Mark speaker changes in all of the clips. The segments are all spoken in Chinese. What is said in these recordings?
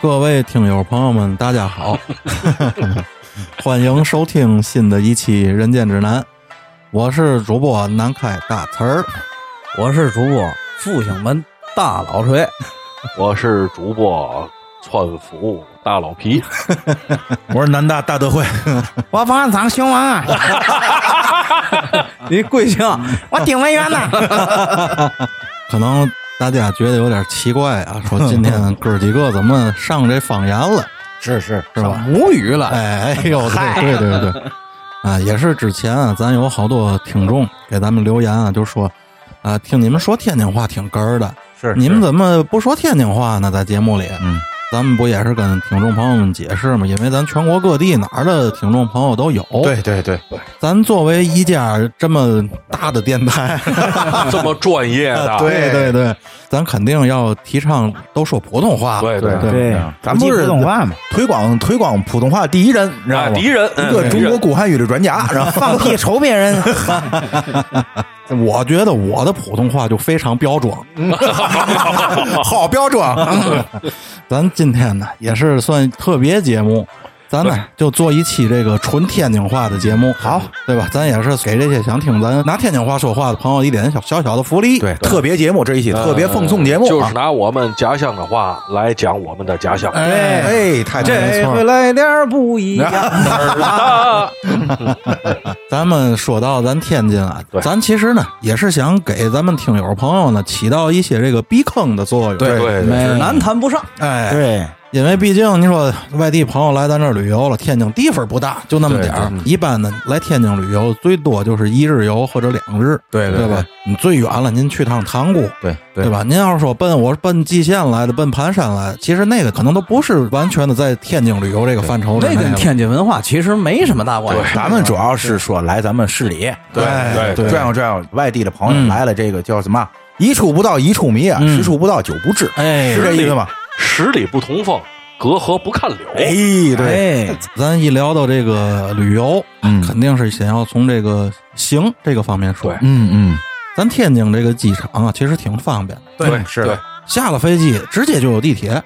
Speaker 1: 各位听友朋友们，大家好， 欢迎收听新的一期《人间指南》，我是主播南开大词儿，
Speaker 2: 我是主播复兴门大老锤，
Speaker 3: 我是主播川府大老皮，
Speaker 4: 我是南大大 德惠，
Speaker 2: 我保安厂熊王啊， 你贵姓？我丁文元呐。
Speaker 1: 可能大家觉得有点奇怪啊，说今天哥儿几个怎么上这方言了？
Speaker 2: 是是
Speaker 1: 是吧
Speaker 2: 母语了，
Speaker 1: 哎哎呦，对对对对，啊，也是之前啊，咱有好多听众给咱们留言啊，就说啊，听你们说天津话挺哏儿的，
Speaker 2: 是
Speaker 1: 你们怎么不说天津话呢？在节目里，
Speaker 4: 嗯，
Speaker 1: 咱们不也是跟听众朋友们解释吗？因为咱全国各地哪儿的听众朋友都有。，
Speaker 4: 对对对，
Speaker 1: 咱作为一家这么大的电台，
Speaker 3: 这么专业的， 啊
Speaker 1: 对对对，咱肯定要提倡都说普通话。
Speaker 3: 对对
Speaker 1: 对
Speaker 4: 对咱们是
Speaker 2: 话嘛，
Speaker 4: 推广推广普通话第一人，你知道
Speaker 3: 啊，
Speaker 4: 吗？
Speaker 3: 敌人，
Speaker 4: 一个
Speaker 3: 嗯
Speaker 4: 中
Speaker 3: 敌人
Speaker 4: 国古汉语的专家，然后
Speaker 2: 放屁瞅别 人，
Speaker 1: 我觉得我的普通话就非常标 准。
Speaker 4: 好标准，
Speaker 1: 咱今天呢也是算特别节目，咱呢就做一期这个纯天津话的节目，好，对吧？咱也是给这些想听咱拿天津话说话的朋友一点小小小的福利。
Speaker 4: 对，呃特别节目这一期特别奉送节目啊，
Speaker 3: 就是拿我们家乡的话来讲我们的家乡。
Speaker 4: 哎哎，太没
Speaker 2: 这
Speaker 4: 错了，
Speaker 2: 回来点儿不一样。
Speaker 3: 啊
Speaker 1: 咱们说到咱天津啊
Speaker 3: 对，
Speaker 1: 咱其实呢也是想给咱们听友朋友呢起到一些这个避坑的作用。
Speaker 4: 对
Speaker 3: 对，
Speaker 2: 指南谈不上，
Speaker 1: 哎，
Speaker 4: 对，
Speaker 1: 因为毕竟你说外地朋友来咱这儿旅游了，天津地方不大，就那么点儿。一般呢，来天津旅游最多就是一日游或者两日，
Speaker 4: 对对
Speaker 1: 对吧？你最远了，您去趟塘沽，
Speaker 4: 对
Speaker 1: 对吧？您要是说奔我是奔蓟县来的，奔盘山来的，其实那个可能都不是完全的在天津旅游这个范畴之内
Speaker 2: 那
Speaker 1: 了。
Speaker 2: 跟天津文化其实没什么大关系。
Speaker 4: 咱们主要是说来咱们市里，
Speaker 3: 对
Speaker 1: 哎
Speaker 3: 对
Speaker 1: 对
Speaker 4: 转悠转悠外地的朋友
Speaker 1: 嗯
Speaker 4: 来了，这个叫什么？一处不到一处迷啊，
Speaker 1: 嗯
Speaker 4: 十处不到九不至，
Speaker 1: 哎
Speaker 4: 是这意思吗？
Speaker 3: 十里不同风，隔河不看柳。
Speaker 4: 哎，对，
Speaker 2: 哎，
Speaker 1: 咱一聊到这个旅游，
Speaker 4: 嗯
Speaker 1: 肯定是想要从这个行这个方面说。
Speaker 3: 对
Speaker 4: 嗯嗯，
Speaker 1: 咱天津这个机场啊，其实挺方便的，
Speaker 3: 对
Speaker 4: 是
Speaker 3: 对
Speaker 4: 的，
Speaker 1: 下了飞机直接就有地铁。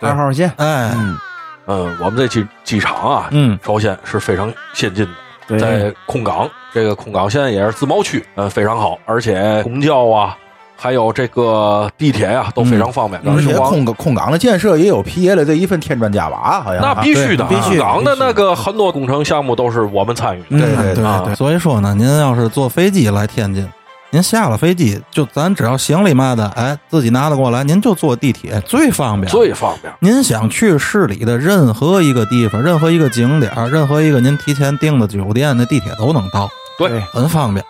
Speaker 4: 二号线，
Speaker 1: 哎，
Speaker 4: 嗯，
Speaker 3: 嗯，我们这机机场啊，
Speaker 1: 嗯
Speaker 3: 朝鲜是非常先进的，在控港，这个控港现在也是自贸区，嗯，非常好，而且公交啊，还有这个地铁呀、都非常方便。
Speaker 4: 而且
Speaker 3: 往
Speaker 4: 嗯控港控港的建设也有皮爷了这一份添砖加瓦，好像啊
Speaker 3: 那必须的，
Speaker 4: 对必
Speaker 3: 控
Speaker 4: 须
Speaker 3: 港的那个很多工程项目都是我们参与
Speaker 1: 嗯
Speaker 3: 的。
Speaker 4: 对对
Speaker 1: 对
Speaker 3: 啊
Speaker 1: 对，所以说呢，您要是坐飞机来天津，您下了飞机就咱只要行李嘛的，哎，自己拿得过来，您就坐地铁最方便。
Speaker 3: 最方便。
Speaker 1: 您想去市里的任何一个地方、任何一个景点、任何一个您提前订的酒店，那地铁都能到，
Speaker 3: 对，
Speaker 1: 很方便。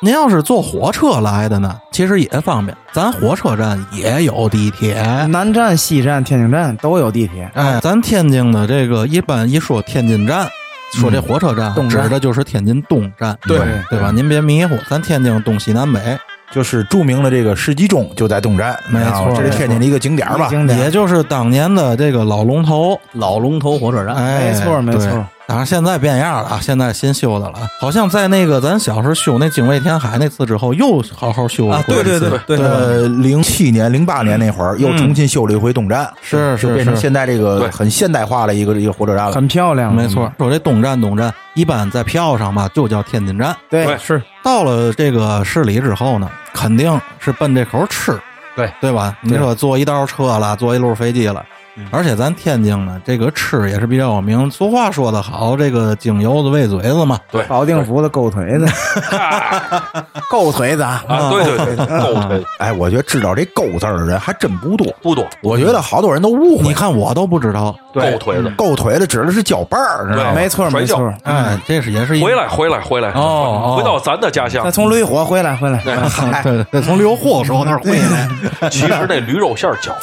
Speaker 1: 您要是坐火车来的呢，其实也方便，咱火车站也有地铁。
Speaker 5: 南站、西站、天津站都有地铁。
Speaker 1: 哎，咱天津的这个一般一说天津站，说
Speaker 2: 嗯
Speaker 1: 这火车站，
Speaker 5: 东
Speaker 1: 指
Speaker 5: 站
Speaker 1: 的就是天津东站，
Speaker 4: 对
Speaker 1: 对吧？您别迷糊，咱天津东西南北，
Speaker 4: 就是著名的这个世纪钟就在东站，
Speaker 1: 没错
Speaker 4: 然后这是天津的一个景点儿吧？
Speaker 5: 经典
Speaker 1: 也就是当年的这个老龙头，
Speaker 2: 老龙头火车站，
Speaker 1: 哎，
Speaker 5: 没错没错
Speaker 1: 对。当然现在变样了啊，现在新修的了，好像在那个咱小时候修那精卫填海那次之后，又好好修了
Speaker 2: 啊
Speaker 1: 过一次。
Speaker 2: 对对对对
Speaker 4: 呃，零七年、零八年那会儿又重新修了一回东站，
Speaker 1: 是
Speaker 4: 就是变成
Speaker 1: 是，
Speaker 4: 现在这
Speaker 3: 对
Speaker 4: 个很现代化的一个一个火车站了。
Speaker 5: 很漂亮，
Speaker 1: 没错。说这东站东站，一般在票上吧就叫天津站，
Speaker 3: 对
Speaker 5: 对，是
Speaker 1: 到了这个市里之后呢，肯定是奔这口吃，
Speaker 3: 对
Speaker 1: 对吧？你说坐一道车了，坐一路飞机了，而且咱天津呢，这个吃也是比较有名。俗话说得好，这个精油子喂嘴子嘛，
Speaker 3: 对，
Speaker 5: 保定府的狗腿子，
Speaker 2: 够腿子啊！
Speaker 3: 啊，对对对，够对，
Speaker 4: 哎，我觉得知道这“勾”字儿的人还真不多，
Speaker 3: 不多，
Speaker 4: 我觉得好多人都误
Speaker 1: 你
Speaker 4: 会，
Speaker 1: 看我都不知道。
Speaker 3: 够腿子。
Speaker 4: 勾腿的指的是脚绊儿，知道吗？
Speaker 5: 没错
Speaker 3: 摔
Speaker 5: 没
Speaker 3: 跤
Speaker 5: 错。
Speaker 1: 哎，这是也是一
Speaker 3: 回来，回来，回来！
Speaker 1: 哦哦
Speaker 3: 回到咱的家乡哎
Speaker 5: 再。从驴火回来回来，
Speaker 1: 嗯对对，从刘货手那儿回来。
Speaker 3: 其实那驴肉馅儿饺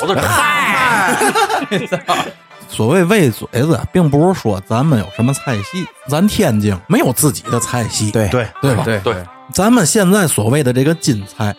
Speaker 3: 子，
Speaker 1: 所谓喂嘴子，并不是说咱们有什么菜系，咱天津没有自己的菜系，
Speaker 5: 对
Speaker 4: 对
Speaker 1: 对吧？
Speaker 2: 对
Speaker 3: 对，
Speaker 1: 咱们现在所谓的这个京菜，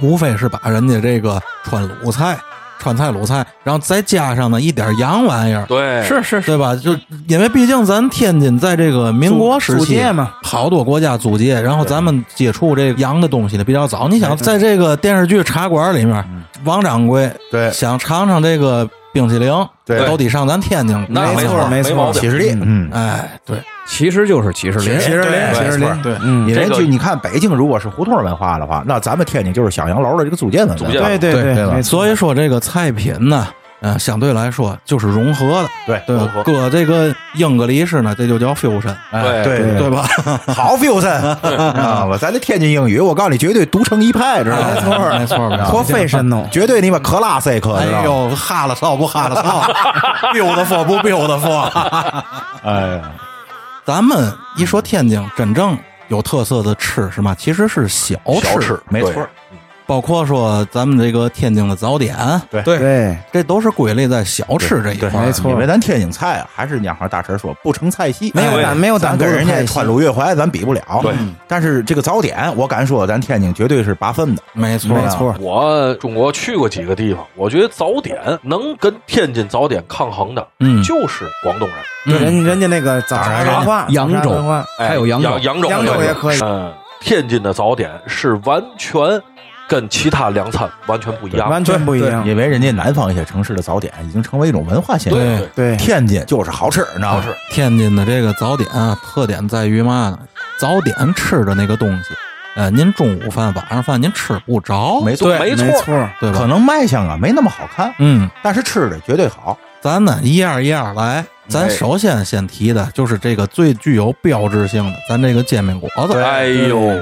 Speaker 1: 无非是把人家这个川鲁菜、川菜、鲁菜，然后再加上呢一点洋玩意儿，
Speaker 3: 对，
Speaker 2: 是是是，
Speaker 1: 对吧？就因为毕竟咱天津在这个民国时
Speaker 5: 租
Speaker 1: 期
Speaker 5: 界嘛，
Speaker 1: 好多国家租界，然后咱们接触这个洋的东西呢比较早。你想，在这个电视剧茶馆里面，王掌柜
Speaker 4: 对
Speaker 1: 想尝尝这个。冰淇淋，
Speaker 4: 对
Speaker 1: 都得上咱天津。
Speaker 3: 那
Speaker 5: 没
Speaker 3: 没
Speaker 5: 错
Speaker 3: 错
Speaker 5: 没
Speaker 3: 没
Speaker 5: 错
Speaker 3: 毛病
Speaker 4: 起士力，
Speaker 5: 嗯，
Speaker 1: 哎，对，
Speaker 2: 其实就是起士林，
Speaker 4: 起士林，
Speaker 5: 其实
Speaker 4: 没错
Speaker 5: 林，
Speaker 1: 对
Speaker 5: 嗯
Speaker 4: 你，
Speaker 3: 这
Speaker 4: 连
Speaker 3: 个
Speaker 4: 去，你看北京如果是胡同文化的话，那咱们天津就是小洋楼的这个租界文化
Speaker 3: 租。界
Speaker 5: 对对
Speaker 4: 对对吧
Speaker 5: 没错
Speaker 1: 所以说这个菜品呢，嗯、相对来说就是融合的，
Speaker 4: 对
Speaker 1: 对
Speaker 3: 融
Speaker 1: 吧？
Speaker 3: 合
Speaker 1: 搁这个英格里式呢，这就叫 fusion，
Speaker 4: 哎
Speaker 3: 对
Speaker 4: 对
Speaker 1: 对吧？
Speaker 4: 好 fusion 啊！我咱这天津英语，我告诉你，绝对独成一派，知道吗？
Speaker 1: 没错哎没错没错
Speaker 5: 多费神弄。
Speaker 4: 绝对你妈克拉塞克，知
Speaker 1: 哎
Speaker 4: 道吗？
Speaker 1: 呦，哈了操 不哈了操，beautiful 不 beautiful。
Speaker 4: 哎，
Speaker 1: 咱们一说天津，真正有特色的吃是嘛？其实是小吃，
Speaker 3: 小吃
Speaker 4: 没错
Speaker 3: 对
Speaker 1: 包括说咱们这个天津的早点，
Speaker 5: 对，
Speaker 1: 这都是归类在小吃这一块
Speaker 4: 对，
Speaker 1: 儿。
Speaker 5: 没错
Speaker 4: 因为咱天津菜啊，还是那话大神说，不成菜系，
Speaker 5: 没有
Speaker 4: 哎
Speaker 5: 单没有
Speaker 4: 咱
Speaker 5: 单独
Speaker 4: 跟
Speaker 5: 的
Speaker 4: 人家
Speaker 5: 派系
Speaker 4: 川鲁粤淮咱比不了。
Speaker 3: 对，
Speaker 4: 但是这个早点，我敢说，咱天津绝对是拔分的。
Speaker 1: 没错，
Speaker 5: 没错，
Speaker 3: 我中国去过几个地方，我觉得早点能跟天津早点抗衡的，
Speaker 1: 嗯
Speaker 3: 就是广东人。
Speaker 5: 对人人家那个早茶文化，
Speaker 2: 扬
Speaker 5: 早茶
Speaker 2: 州
Speaker 5: 文化
Speaker 3: 哎
Speaker 2: 还有扬州
Speaker 3: 扬扬州，
Speaker 5: 扬州也可以
Speaker 3: 嗯，天津的早点是完全跟其他凉餐完全不一样。
Speaker 5: 完全不一
Speaker 4: 对
Speaker 5: 样。
Speaker 4: 因为人家南方一些城市的早点已经成为一种文化现象。
Speaker 1: 对
Speaker 3: 对，啊
Speaker 5: 对，
Speaker 4: 天津就是好吃，你知道
Speaker 3: 好
Speaker 4: 吗
Speaker 3: 吃？
Speaker 1: 天津的这个早点啊，特点在于嘛呢？早点吃的那个东西，呃，您中午饭、晚上饭您吃不着，
Speaker 4: 没错，
Speaker 3: 没
Speaker 5: 没
Speaker 3: 错
Speaker 5: 错，
Speaker 1: 对
Speaker 4: 可
Speaker 1: 吧？
Speaker 4: 能卖相啊没那么好看，
Speaker 1: 嗯，
Speaker 4: 但是吃的绝对好。
Speaker 1: 咱呢一样一样来。咱
Speaker 4: 嗯
Speaker 3: 哎
Speaker 1: 首先先提的就是这个最具有标志性的，咱这个煎饼果子。
Speaker 3: 哎呦，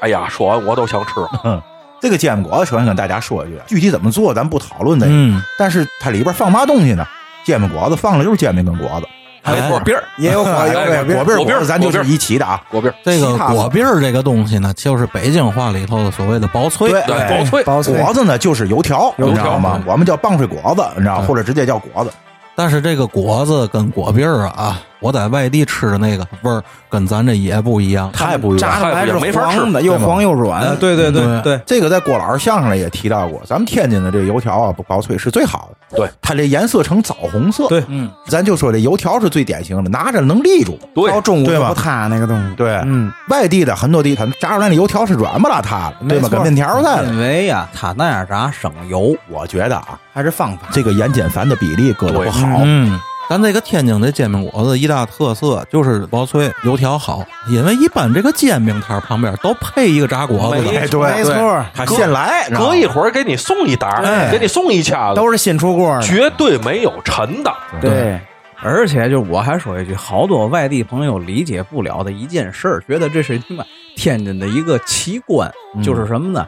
Speaker 3: 哎呀，说完我都想吃了。
Speaker 4: 这个煎饼果子，首先跟大家说一句，具体怎么做咱不讨论这个，
Speaker 1: 嗯，
Speaker 4: 但是它里边放嘛东西呢？煎饼果子放的就是煎饼跟果子，还有
Speaker 1: 哎
Speaker 4: 果篦儿，
Speaker 5: 也有火，有
Speaker 3: 哎
Speaker 5: 有
Speaker 4: 果
Speaker 5: 有
Speaker 4: 篦
Speaker 3: 果
Speaker 4: 儿
Speaker 3: 篦儿
Speaker 4: 果子咱就
Speaker 3: 果篦儿
Speaker 4: 是一起的啊。
Speaker 3: 果篦儿，
Speaker 1: 这个
Speaker 4: 其他的
Speaker 1: 果篦儿这个东西呢，就是北京话里头的所谓的薄脆。
Speaker 4: 对
Speaker 3: 对，薄脆，
Speaker 5: 哎包脆，
Speaker 4: 果子呢就是油条，
Speaker 3: 油条嗯
Speaker 4: 你知道吗？我们叫棒槌果子，你知道吗，
Speaker 1: 对
Speaker 4: 或者直接叫果子。
Speaker 1: 但是这个果子跟果篦儿啊，我在外地吃的那个味儿跟咱这也不一样。
Speaker 4: 太不一样
Speaker 5: 炸出来是
Speaker 3: 没法吃
Speaker 5: 黄的，又黄又软。嗯
Speaker 2: 对对
Speaker 1: 对
Speaker 2: 对，
Speaker 4: 这个在郭老师相声里也提到过，咱们天津的这个油条啊，不薄脆是最好的。
Speaker 3: 对，
Speaker 4: 它这颜色呈枣红色。
Speaker 2: 对
Speaker 1: 嗯，
Speaker 4: 咱就说这油条是最典型的，拿着能立住。
Speaker 5: 到
Speaker 3: 对，
Speaker 5: 中午
Speaker 4: 对
Speaker 5: 就
Speaker 4: 吧
Speaker 5: 不塌那个东西。
Speaker 4: 对，
Speaker 5: 嗯，
Speaker 4: 外地的很多地，它炸出来的油条是软不拉塌的，对吧？
Speaker 5: 没错
Speaker 4: 跟面条似的。
Speaker 2: 因为呀，它那样炸省油，
Speaker 4: 我觉得啊，
Speaker 5: 还是方法。
Speaker 4: 这个盐碱矾的比例搁的不好。
Speaker 1: 嗯，咱这个天津的煎饼果子一大特色就是薄脆，油条好，因为一般这个煎饼摊儿旁边都配一个炸果子的。
Speaker 4: 哎，对，
Speaker 5: 没
Speaker 4: 对，
Speaker 5: 错，
Speaker 4: 它现来，然后
Speaker 3: 隔一会儿给你送一打，给你送一掐子，
Speaker 5: 都是新出锅的。
Speaker 3: 绝对没有沉的。
Speaker 5: 对，哎
Speaker 2: 而且就我还说一句，好多外地朋友理解不了的一件事儿，觉得这是你妈天津的一个奇观，就是什么呢？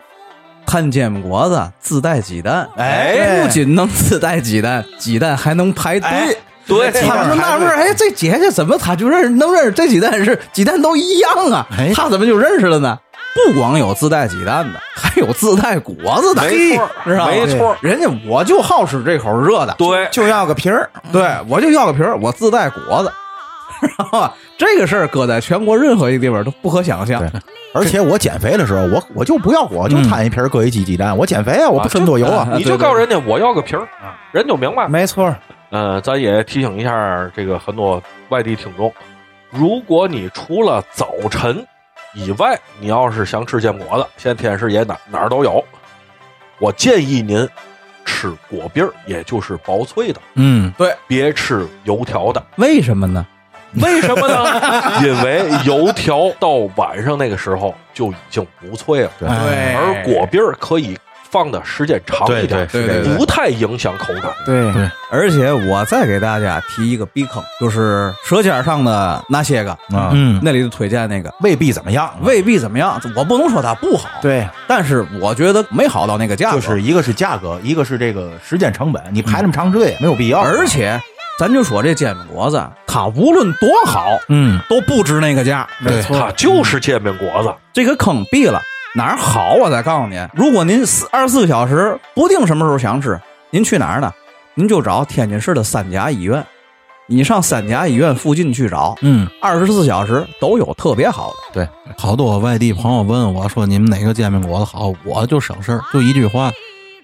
Speaker 2: 摊煎饼果子自带鸡蛋，
Speaker 4: 哎
Speaker 2: 不仅能自带鸡蛋，鸡蛋还能排队。
Speaker 4: 哎
Speaker 3: 对，
Speaker 2: 他们就纳闷儿，哎，这姐姐怎么她就认识能认识这鸡蛋是鸡蛋都一样啊
Speaker 1: 哎？
Speaker 2: 她怎么就认识了呢？不光有自带鸡蛋的，还有自带果子的，
Speaker 3: 没错
Speaker 2: 知道吗？
Speaker 3: 没错
Speaker 2: 人家我就好吃这口热的，
Speaker 3: 对，
Speaker 5: 就要个皮儿。
Speaker 4: 嗯
Speaker 2: 对我就要个皮儿，我自带果子， 知道吗？这个事儿搁在全国任何一个地方都不可想象
Speaker 4: 对。而且我减肥的时候，我我就不要我就摊一瓶儿搁一鸡鸡蛋，我减肥啊，我不吃那么多油啊。
Speaker 3: 你就告诉人家我要个皮儿，人就明白了。
Speaker 5: 没错，
Speaker 3: 呃，咱也提醒一下这个很多外地听众，如果你除了早晨以外，你要是想吃煎果子，现在天市也哪哪儿都有，我建议您吃果篦儿，也就是薄脆的，
Speaker 1: 嗯，
Speaker 3: 别吃油条的。
Speaker 2: 为什么呢？
Speaker 3: 为什么呢？ 因为油条到晚上那个时候就已经不脆了，
Speaker 4: 对
Speaker 1: 哎
Speaker 3: 而果篦儿可以放的时间长一点，
Speaker 2: 对对对
Speaker 3: 不太影响口感。
Speaker 5: 对
Speaker 1: 对
Speaker 2: 而且我再给大家提一个逼坑，就是舌尖上的那些个，
Speaker 4: 啊，
Speaker 1: 嗯，
Speaker 2: 那里就推荐那个，
Speaker 4: 未必怎么样，啊
Speaker 2: 未必怎么样，我不能说它不好，，
Speaker 5: 对，
Speaker 2: 但是我觉得没好到那个价
Speaker 4: 就
Speaker 2: 格，
Speaker 4: 是一个是价格，一个是这个时间成本，你排那么长队没有必要。
Speaker 2: 而且咱就说这煎饼果子，啊它无论多好
Speaker 1: 嗯，
Speaker 2: 都不值那个价，
Speaker 5: 没
Speaker 3: 它
Speaker 5: 错，
Speaker 3: 就是煎饼果子，
Speaker 2: 这个坑闭了，哪儿好我再告诉您，如果您四二十四个小时不定什么时候想吃，您去哪儿呢？您就找天津市的三甲医院，你上三甲医院附近去找，
Speaker 1: 嗯，
Speaker 2: 二十四小时都有特别好的。
Speaker 1: 好多外地朋友问我说你们哪个煎饼果子好，我就省事儿，就一句话，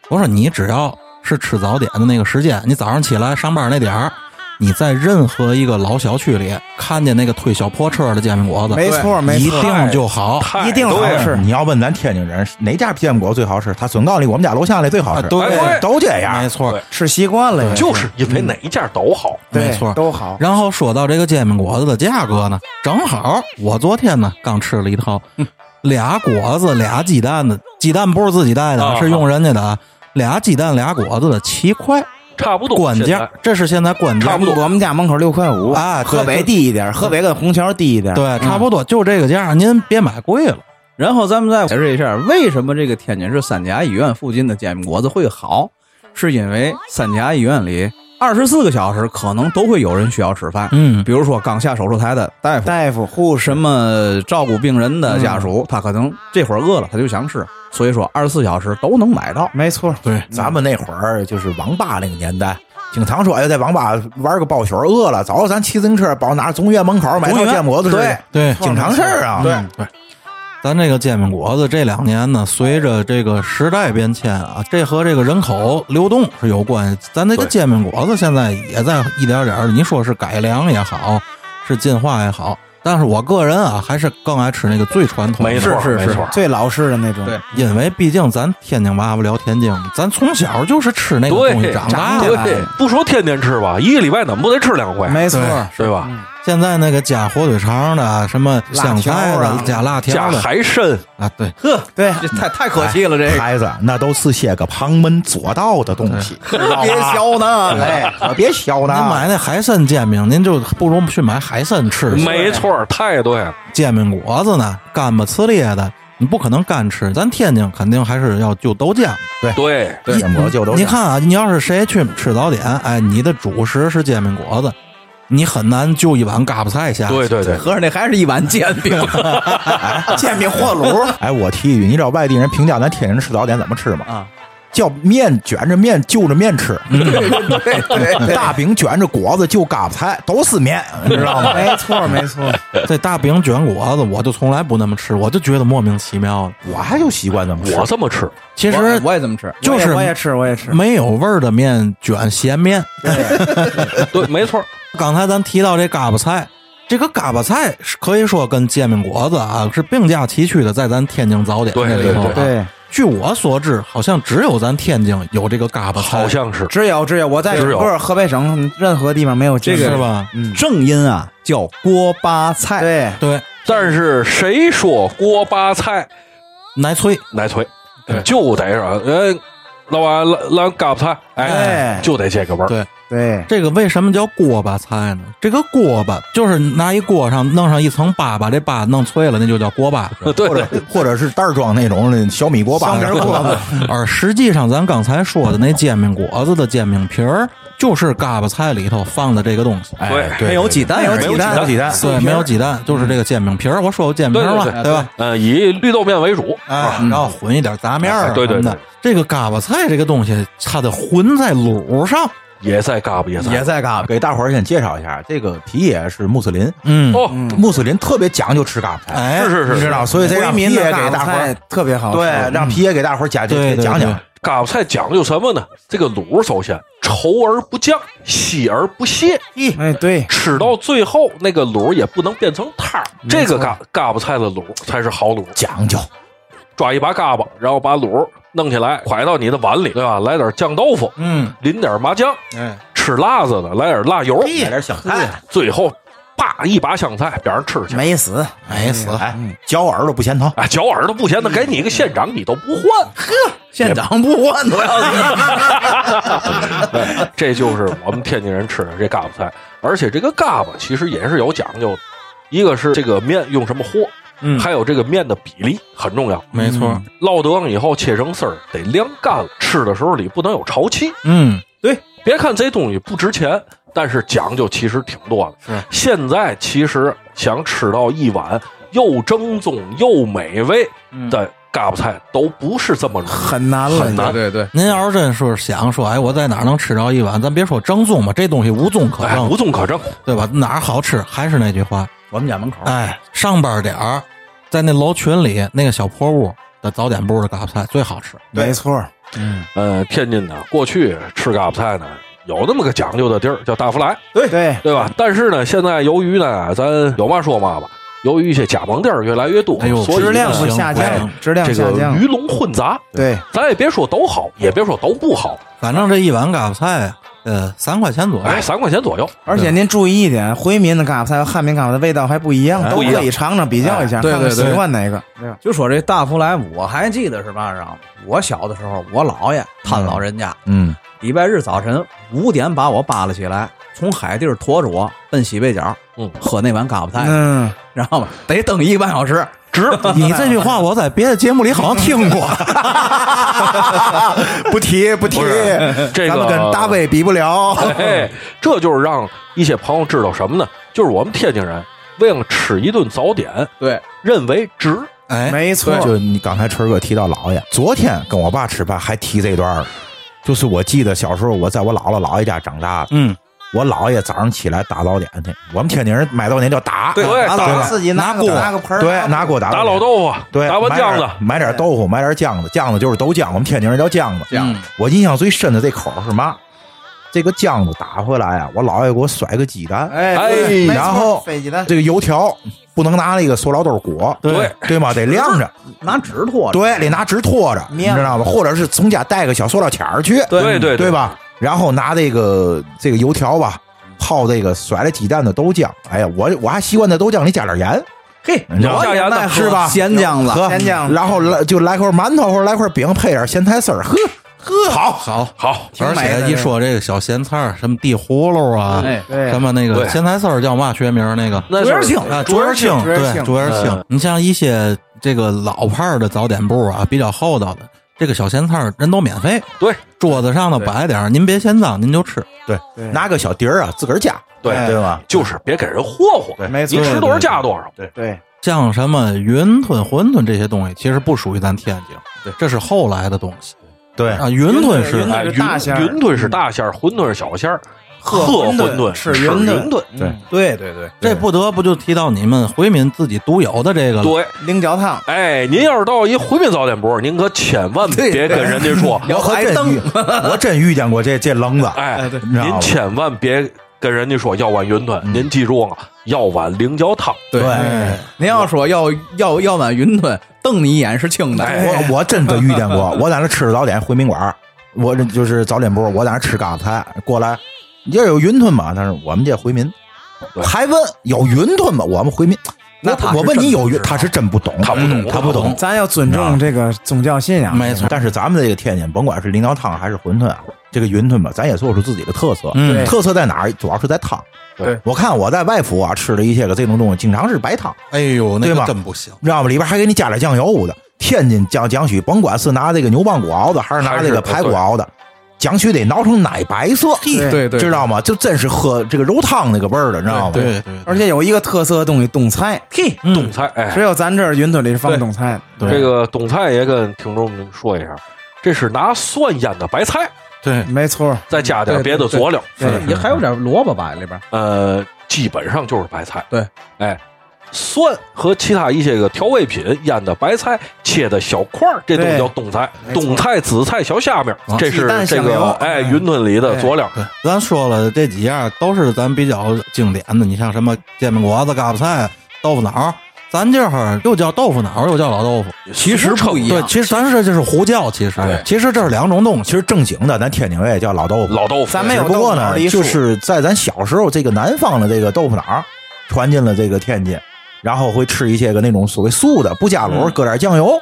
Speaker 1: 我说你只要是吃早点的那个时间，你早上起来上班那点儿，你在任何一个老小区里看见那个推小破车的煎饼果子，
Speaker 5: 没错没错
Speaker 1: 一定就好。
Speaker 3: 太
Speaker 5: 一定
Speaker 3: 对
Speaker 5: 好
Speaker 3: 了
Speaker 5: 吃。
Speaker 4: 哎你要问咱天津人哪家煎饼果最好吃，他准告诉你我们家楼下那最好
Speaker 1: 啊
Speaker 4: 吃，
Speaker 1: 对
Speaker 3: 哎对
Speaker 4: 都这样
Speaker 1: 没。错
Speaker 3: 对，
Speaker 5: 吃习惯了也
Speaker 3: 就是因为哪一家都好，
Speaker 5: 对
Speaker 1: 没错
Speaker 5: 都好。
Speaker 1: 然后说到这个煎饼果子的价格呢，正好我昨天呢刚吃了一套，
Speaker 3: 嗯
Speaker 1: 俩果子俩鸡蛋的，鸡蛋不是自己带的，
Speaker 3: 啊
Speaker 1: 是用人家的啊，俩鸡蛋俩果子的七块，
Speaker 3: 差不多
Speaker 1: 官
Speaker 3: 现
Speaker 1: 价
Speaker 3: 在，
Speaker 1: 这是现在官价
Speaker 3: 差不。多
Speaker 5: 我们家门口六块五
Speaker 1: 啊对
Speaker 5: 河北低一点，河北跟虹桥低一点，
Speaker 1: 对，差不
Speaker 3: 嗯
Speaker 1: 多就这个价，您别买贵了。
Speaker 2: 然后咱们再解释一下，为什么这个天津市三甲医院附近的煎饼果子会好，是因为三甲医院里二十四个小时可能都会有人需要吃饭，
Speaker 1: 嗯，
Speaker 2: 比如说刚下手术台的大夫，
Speaker 5: 大夫、护士
Speaker 2: 什么照顾病人的家属，他可能这会儿饿了，他就想吃，所以说二十四小时都能买到。
Speaker 5: 没错，
Speaker 1: 对，
Speaker 4: 咱们那会儿就是网吧那个年代，经常说哎呦，在网吧玩个包宿，饿了，走，咱骑自行车，包拿总医院门口买套
Speaker 2: 总医院
Speaker 4: 煎饼果子吃去，
Speaker 1: 对，
Speaker 4: 经常事儿啊。
Speaker 1: 嗯对。咱这个煎饼果子这两年呢，随着这个时代变迁啊，这和这个人口流动是有关系。咱这个
Speaker 4: 对
Speaker 1: 煎饼果子现在也在一点点儿的，你说是改良也好，是进化也好，但是我个人啊，还是更爱吃那个最传统的。
Speaker 3: 没错
Speaker 1: 是
Speaker 3: 没
Speaker 1: 是
Speaker 3: 错
Speaker 1: 是，
Speaker 5: 最老式的那种。
Speaker 2: 对
Speaker 1: 因为毕竟咱天津娃不聊天津，咱从小就是吃那个
Speaker 3: 对
Speaker 1: 东西长大的。
Speaker 3: 对，不说天天吃吧，一个礼拜怎么不得吃两回，
Speaker 5: 没错，
Speaker 3: 对吧？
Speaker 1: 现在那个加火腿肠的，什么香菜
Speaker 5: 辣条
Speaker 1: 的
Speaker 5: 啊，
Speaker 1: 加辣条
Speaker 3: 加
Speaker 1: 的
Speaker 3: 海参，
Speaker 1: 啊，对，
Speaker 2: 呵，
Speaker 5: 对
Speaker 2: 这太太可惜了，这个
Speaker 4: 孩子，那都是些个旁门左道的东西，
Speaker 2: 别
Speaker 5: 啊
Speaker 2: 削呢。
Speaker 4: 哎，可别削
Speaker 1: 您
Speaker 4: 呢。
Speaker 1: 买那海参煎饼，您就不如去买海参吃去。
Speaker 3: 没错，太对了，
Speaker 1: 煎饼果子呢，干巴呲咧的，你不可能干吃。咱天津肯定还是要就豆浆。
Speaker 3: 对，
Speaker 4: 煎饼果子就都
Speaker 1: 你看啊，你要是谁去吃早点，哎，你的主食是煎饼果子，你很难就一碗嘎巴菜下去。
Speaker 3: 对对对，
Speaker 2: 合着那还是一碗煎饼，
Speaker 5: 煎饼和炉，
Speaker 4: 哎，我提一句，你知道外地人评价咱天津人吃早点怎么吃吗？
Speaker 2: 啊，
Speaker 4: 叫面卷着面就着面吃， 大饼卷着果子就嘎巴菜，都是面，你知道吗？
Speaker 5: 没错没错，
Speaker 1: 这大饼卷果子，我就从来不那么吃，我就觉得莫名其妙的。
Speaker 4: 我还就习惯这么吃。
Speaker 3: 我这么吃，
Speaker 1: 其
Speaker 2: 我
Speaker 1: 实
Speaker 2: 我也这么吃，
Speaker 1: 就
Speaker 5: 我也
Speaker 1: 是
Speaker 5: 我也吃我也吃，
Speaker 1: 没有味儿的面卷咸面。
Speaker 3: 对，没错，
Speaker 1: 刚才咱提到这嘎巴菜，这个嘎巴菜是可以说跟煎饼果子啊是并驾齐驱的，在咱天津早点
Speaker 3: 对
Speaker 1: 这里头啊。
Speaker 3: 对
Speaker 5: 对，
Speaker 1: 据我所知，好像只有咱天津有这个嘎巴菜，
Speaker 3: 好像是
Speaker 5: 只有只有我在整
Speaker 3: 只有
Speaker 5: 个河北省任何地方没有见过
Speaker 1: 是？吧？
Speaker 5: 嗯，
Speaker 2: 正音啊叫锅巴菜，
Speaker 5: 对，
Speaker 1: 对，
Speaker 3: 但是谁说锅巴菜
Speaker 1: 奶脆，
Speaker 3: 奶脆
Speaker 1: 对，
Speaker 3: 就得说，呃，老板，老老嘎巴菜，哎
Speaker 5: 哎，
Speaker 3: 就得这个味儿
Speaker 1: 对，
Speaker 5: 对，
Speaker 1: 这个为什么叫锅巴菜呢？这个锅巴就是拿一锅上弄上一层粑粑，这粑弄脆了，那就叫锅巴。
Speaker 3: 对对
Speaker 4: 或
Speaker 3: 对
Speaker 4: 者或者是袋儿装那种小米锅巴，
Speaker 5: 小米锅巴
Speaker 1: 而实际上，咱刚才说的那煎饼果子的煎饼皮儿，就是嘎巴菜里头放的这个东西。哎，
Speaker 3: 对
Speaker 4: 对
Speaker 2: 没有鸡蛋，
Speaker 5: 没有
Speaker 3: 没有
Speaker 5: 鸡蛋
Speaker 3: 鸡蛋，
Speaker 1: 对，没有鸡蛋，就是这个煎饼皮儿。我说过煎饼皮儿嘛，
Speaker 3: 对对
Speaker 1: 吧？
Speaker 3: 呃，以绿豆面为主，
Speaker 1: 哎，然后混一点杂面儿、
Speaker 3: 哎对对
Speaker 1: 什么的
Speaker 3: 对。
Speaker 1: 这个嘎巴菜这个东西，它得混在卤上。
Speaker 3: 也在嘎巴也在
Speaker 2: 也在嘎巴。
Speaker 4: 给大伙儿先介绍一下，这个皮爷是穆斯林，
Speaker 1: 嗯，
Speaker 3: 哦，
Speaker 4: 穆斯林特别讲究吃嘎巴菜，
Speaker 1: 哎，
Speaker 3: 是是
Speaker 4: 你
Speaker 3: 是
Speaker 4: 知
Speaker 3: 是，
Speaker 4: 道，所以这
Speaker 5: 回
Speaker 4: 让皮
Speaker 5: 民
Speaker 4: 爷
Speaker 5: 的
Speaker 4: 给大伙
Speaker 5: 菜
Speaker 4: 儿啊嗯
Speaker 5: 特别好吃，
Speaker 4: 对，让皮爷给大伙儿讲讲
Speaker 1: 对对
Speaker 4: 讲讲，
Speaker 3: 嘎巴菜讲究什么呢？这个卤首先稠而不酱，稀而不泄，
Speaker 5: 哎对，
Speaker 3: 吃到最后那个卤也不能变成汤儿，这个嘎嘎巴菜的卤才是好卤。
Speaker 4: 讲究。
Speaker 3: 抓一把嘎巴，然后把卤弄起来，蒯到你的碗里，对吧？来点酱豆腐，
Speaker 1: 嗯，
Speaker 3: 淋点麻酱，
Speaker 1: 哎，
Speaker 3: 吃辣子的来点嗯辣油，
Speaker 4: 买点香菜，
Speaker 3: 最后叭一把香菜，别人吃去。
Speaker 5: 没死，
Speaker 1: 美死了。
Speaker 4: 哎，嚼耳朵不嫌疼。
Speaker 3: 啊，嚼耳朵不咸的，给你一个县长你都不 换，
Speaker 2: 县长不换我要 死。
Speaker 3: 这就是我们天津人吃的这嘎巴菜。而且这个嘎巴其实也是有讲究的，一个是这个面用什么和，
Speaker 1: 嗯
Speaker 3: 还有这个面的比例很重要。
Speaker 1: 没错，
Speaker 3: 烙得上以后切成丝儿，得晾干了，吃的时候里不能有潮气。
Speaker 1: 嗯，
Speaker 3: 别看这东西不值钱，但是讲究其实挺多的。
Speaker 1: 是
Speaker 3: 现在其实想吃到一碗又正宗又美味
Speaker 5: 嗯
Speaker 3: 的嘎巴菜，都不是这么容易。
Speaker 5: 很难了，
Speaker 3: 很难
Speaker 2: 对对，
Speaker 1: 您要是真说想说，哎，我在哪儿能吃着一碗？咱别说正宗吧，这东西无宗可
Speaker 3: 哎，
Speaker 1: 证，
Speaker 3: 无宗可证，
Speaker 1: 对吧？哪儿好吃？还是那句话，
Speaker 4: 我们家门口
Speaker 1: 哎，上班点儿，在那楼群里那个小破屋的早点部的嘎巴菜最好吃。
Speaker 5: 没错，
Speaker 3: 呃，天津呢，过去吃嘎巴菜呢，有那么个讲究的地儿叫大福来，
Speaker 5: 对对，
Speaker 3: 对吧？但是呢，现在由于呢，咱有嘛说嘛吧，由于一些加盟店儿越来越多，
Speaker 1: 哎呦
Speaker 3: 所以
Speaker 5: 质
Speaker 3: 呢
Speaker 5: 量会
Speaker 1: 行
Speaker 5: 下
Speaker 1: 不
Speaker 5: 降
Speaker 1: 行，
Speaker 5: 质量
Speaker 3: 这
Speaker 5: 下
Speaker 3: 个
Speaker 5: 降。
Speaker 3: 鱼龙混杂。
Speaker 5: 对，
Speaker 3: 咱也别说都好，也别说都不好，
Speaker 1: 反正这一碗嘎巴菜，呃，三块钱左右。
Speaker 3: 哎，三块钱左右。
Speaker 5: 而且您注意一点，回民的嘎巴菜和汉民嘎巴菜味道还不一样，都
Speaker 3: 不一样
Speaker 5: 可以尝尝比较一下，
Speaker 2: 哎对
Speaker 5: 看看
Speaker 2: 对对
Speaker 5: 喜欢哪个。对吧
Speaker 2: 就说这大福来，我还记得是嘛样。我小的时候，我姥爷他老人家
Speaker 4: 嗯，
Speaker 2: 礼拜日早晨五点把我扒拉起来，从海地儿驮着我奔西北角，
Speaker 3: 嗯
Speaker 2: 喝那碗嘎巴菜，
Speaker 5: 嗯，
Speaker 2: 然后得等一个半小时，值。
Speaker 4: 嗯
Speaker 1: 你这句话我在别的节目里好像听过，
Speaker 4: 不提不提，
Speaker 3: 这个
Speaker 4: 咱们跟大卫比不了。
Speaker 3: 哎，这就是让一些朋友知道什么呢？就是我们天津人为了吃一顿早点，
Speaker 2: 对，
Speaker 3: 认为值。
Speaker 1: 哎，
Speaker 5: 没错，
Speaker 4: 就你刚才春儿哥提到姥爷，昨天跟我爸吃饭还提这段儿，就是我记得小时候我在我姥姥姥爷家长大的，
Speaker 1: 嗯，
Speaker 4: 我姥爷早上起来打早点去，我们天津人买早点叫打，
Speaker 3: 啊对
Speaker 5: 拿
Speaker 3: 打
Speaker 5: 走自己拿
Speaker 1: 拿
Speaker 5: 个
Speaker 1: 锅
Speaker 5: 拿个盆儿，
Speaker 4: 对，拿
Speaker 5: 锅
Speaker 4: 锅打
Speaker 3: 打
Speaker 4: 早
Speaker 3: 老
Speaker 4: 点。
Speaker 3: 豆腐，
Speaker 4: 对，
Speaker 3: 打碗酱子，
Speaker 4: 买点买点豆腐，买点酱子，酱子就是豆浆，我们天津人叫酱子。
Speaker 2: 样
Speaker 1: 嗯
Speaker 4: 我印象最深的这口儿是嘛？这个酱子打回来啊，我姥爷给我甩个鸡蛋，
Speaker 5: 哎
Speaker 3: 哎
Speaker 5: 对没错
Speaker 4: 然后
Speaker 5: 飞鸡蛋，
Speaker 4: 这个油条不能拿那个塑料兜裹，
Speaker 3: 对
Speaker 4: 对吗？得晾着，
Speaker 2: 拿纸
Speaker 4: 啊
Speaker 2: 托着。
Speaker 4: 对，得拿纸托着，你
Speaker 5: 面
Speaker 4: 知道吗？或者是从家带个小塑料钱儿去，
Speaker 3: 对对
Speaker 4: 对？吧？然后拿这个这个油条吧，泡这个甩了鸡蛋的豆浆。哎呀，我我还习惯在豆浆里加点盐，
Speaker 2: 嘿，
Speaker 4: 你知道
Speaker 3: 老
Speaker 4: 吗
Speaker 3: 家人呢
Speaker 2: 那
Speaker 4: 是吧
Speaker 2: 咸酱子，
Speaker 4: 喝
Speaker 5: 先这样
Speaker 4: 然后来就来块馒头或者来块饼，配点咸菜丝儿，呵呵，好。
Speaker 1: 好。
Speaker 3: 好，
Speaker 5: 挺
Speaker 1: 而
Speaker 5: 美的
Speaker 1: 且一说这个小咸菜儿，什么地葫芦啊，
Speaker 2: 哎
Speaker 5: 对
Speaker 1: 什么那个
Speaker 3: 对
Speaker 1: 咸菜丝儿叫嘛学名儿那个
Speaker 3: 那
Speaker 2: 有点
Speaker 3: 是
Speaker 2: 清
Speaker 1: 啊，
Speaker 5: 竹
Speaker 1: 竹
Speaker 5: 叶
Speaker 1: 叶青，
Speaker 5: 青竹叶
Speaker 1: 对，
Speaker 5: 青
Speaker 1: 竹叶
Speaker 3: 嗯
Speaker 1: 青。你像一些这个老派儿的早点部啊，比较厚道的，这个小咸菜儿人都免费，
Speaker 3: 对，
Speaker 1: 桌子上的摆点儿，您别嫌脏，您就吃。
Speaker 4: 对，
Speaker 5: 对
Speaker 4: 拿个小碟儿啊，自个儿夹，
Speaker 3: 对
Speaker 4: 对吧？
Speaker 3: 就是别给人霍霍，
Speaker 5: 哎没错
Speaker 3: 你，吃多少加多少。对，
Speaker 5: 对
Speaker 1: 像什么云吞、馄饨这些东西，其实不属于咱天津，对，这是后来的东西
Speaker 4: 对
Speaker 1: 啊。云吞是
Speaker 5: 云吞
Speaker 3: 哎，
Speaker 5: 是
Speaker 3: 云
Speaker 5: 大馅儿
Speaker 3: 云吞是大馅儿，馄饨是小馅儿，喝馄
Speaker 5: 馄饨
Speaker 3: 饨
Speaker 5: 吃
Speaker 3: 吃
Speaker 5: 云
Speaker 3: 云
Speaker 5: 吞
Speaker 3: 吞，
Speaker 4: 对
Speaker 2: 对对对，
Speaker 1: 这不得不就提到你们回民自己独有的这个了。
Speaker 3: 对。
Speaker 5: 菱角汤，
Speaker 3: 哎，您要是到一回民早点部，您可千万别跟人家说，
Speaker 4: 我可真遇，我真遇见过这这愣子，
Speaker 3: 哎，
Speaker 4: 你知道吗
Speaker 3: 您千万别跟人家说要碗云
Speaker 5: 嗯
Speaker 3: 吞，您记住啊，要碗菱角汤。
Speaker 2: 对
Speaker 4: 哎
Speaker 2: 您要说要要要碗云吞，瞪你一眼是青的。
Speaker 5: 哎
Speaker 4: 我我真的遇见过，我在那吃早点回民馆儿，我这就是早点部，我在那吃嘎巴菜，过来，你这有云吞吗？他说我们这回民，
Speaker 3: 对
Speaker 4: 还问有云吞吗？我们回民，
Speaker 2: 那
Speaker 4: 我
Speaker 2: 他是
Speaker 4: 我问你
Speaker 2: 真不
Speaker 4: 有云，
Speaker 2: 知道
Speaker 4: 他是真不懂，
Speaker 3: 他不懂
Speaker 4: 嗯他不懂。啊
Speaker 5: 咱要尊重这个宗教信仰，
Speaker 1: 没错
Speaker 4: 但是咱们这个天津，甭管是菱角汤还是馄饨啊，这个云吞吧，咱也做出自己的特色。
Speaker 1: 嗯
Speaker 5: 对
Speaker 4: 特色在哪儿？主要是在汤。
Speaker 3: 对，
Speaker 4: 我看我在外府啊吃了一些个这种东西，经常是白汤，
Speaker 1: 哎呦，那
Speaker 4: 对
Speaker 1: 个
Speaker 4: 吧
Speaker 1: 真不行。
Speaker 4: 知道吗？里边还给你加点酱油的。天津酱酱许，甭管是拿这个牛棒骨熬的，还是拿这个排骨熬的，酱许得熬成奶白色，
Speaker 5: 对
Speaker 2: 对对，
Speaker 4: 知道吗？就真是喝这个肉汤那个味儿了，知道吗？
Speaker 1: 对对
Speaker 5: 而且有一个特色的东西，冬菜，嘿，
Speaker 3: 冬菜，哎
Speaker 5: 只，有咱这儿云吞里是放
Speaker 3: 对
Speaker 5: 冬菜
Speaker 1: 对
Speaker 5: 的，
Speaker 3: 这个冬菜也跟听众们说一下，这是拿蒜腌的白菜，
Speaker 1: 对，
Speaker 5: 没错，
Speaker 3: 再加点别的佐料，
Speaker 5: 嗯对
Speaker 2: 也还有点萝卜吧里边。
Speaker 3: 呃，基本上就是白菜。
Speaker 2: 对，
Speaker 3: 哎，蒜和其他一些个调味品腌的白菜切的小块儿，这东西
Speaker 5: 对
Speaker 3: 叫冬菜。
Speaker 5: 没错
Speaker 3: 冬菜、紫菜、小虾米儿
Speaker 1: 啊，
Speaker 3: 这
Speaker 5: 鸡
Speaker 3: 是
Speaker 5: 蛋
Speaker 3: 这
Speaker 5: 香
Speaker 3: 个
Speaker 5: 油
Speaker 3: 哎
Speaker 5: 嗯
Speaker 3: 云吞里的佐料。
Speaker 1: 咱说了这几样都是咱比较经典的，你像什么煎饼果子、嘎巴菜、豆腐脑儿，咱这会儿又叫豆腐脑儿，又叫老豆腐。
Speaker 2: 其实不一
Speaker 1: 对，
Speaker 2: 样，
Speaker 1: 其实咱这就是胡椒，其实
Speaker 3: 哎
Speaker 1: 其实这是两种东西。
Speaker 4: 其实正经的，咱天津人也叫老豆腐，
Speaker 3: 老豆腐，
Speaker 5: 咱们有
Speaker 4: 只不过
Speaker 5: 豆腐脑
Speaker 4: 呢
Speaker 5: 儿的一，
Speaker 4: 就
Speaker 5: 说
Speaker 4: 是在咱小时候，这个南方的这个豆腐脑儿传进了这个天津，然后会吃一些个那种所谓素的，不加卤，搁点酱油，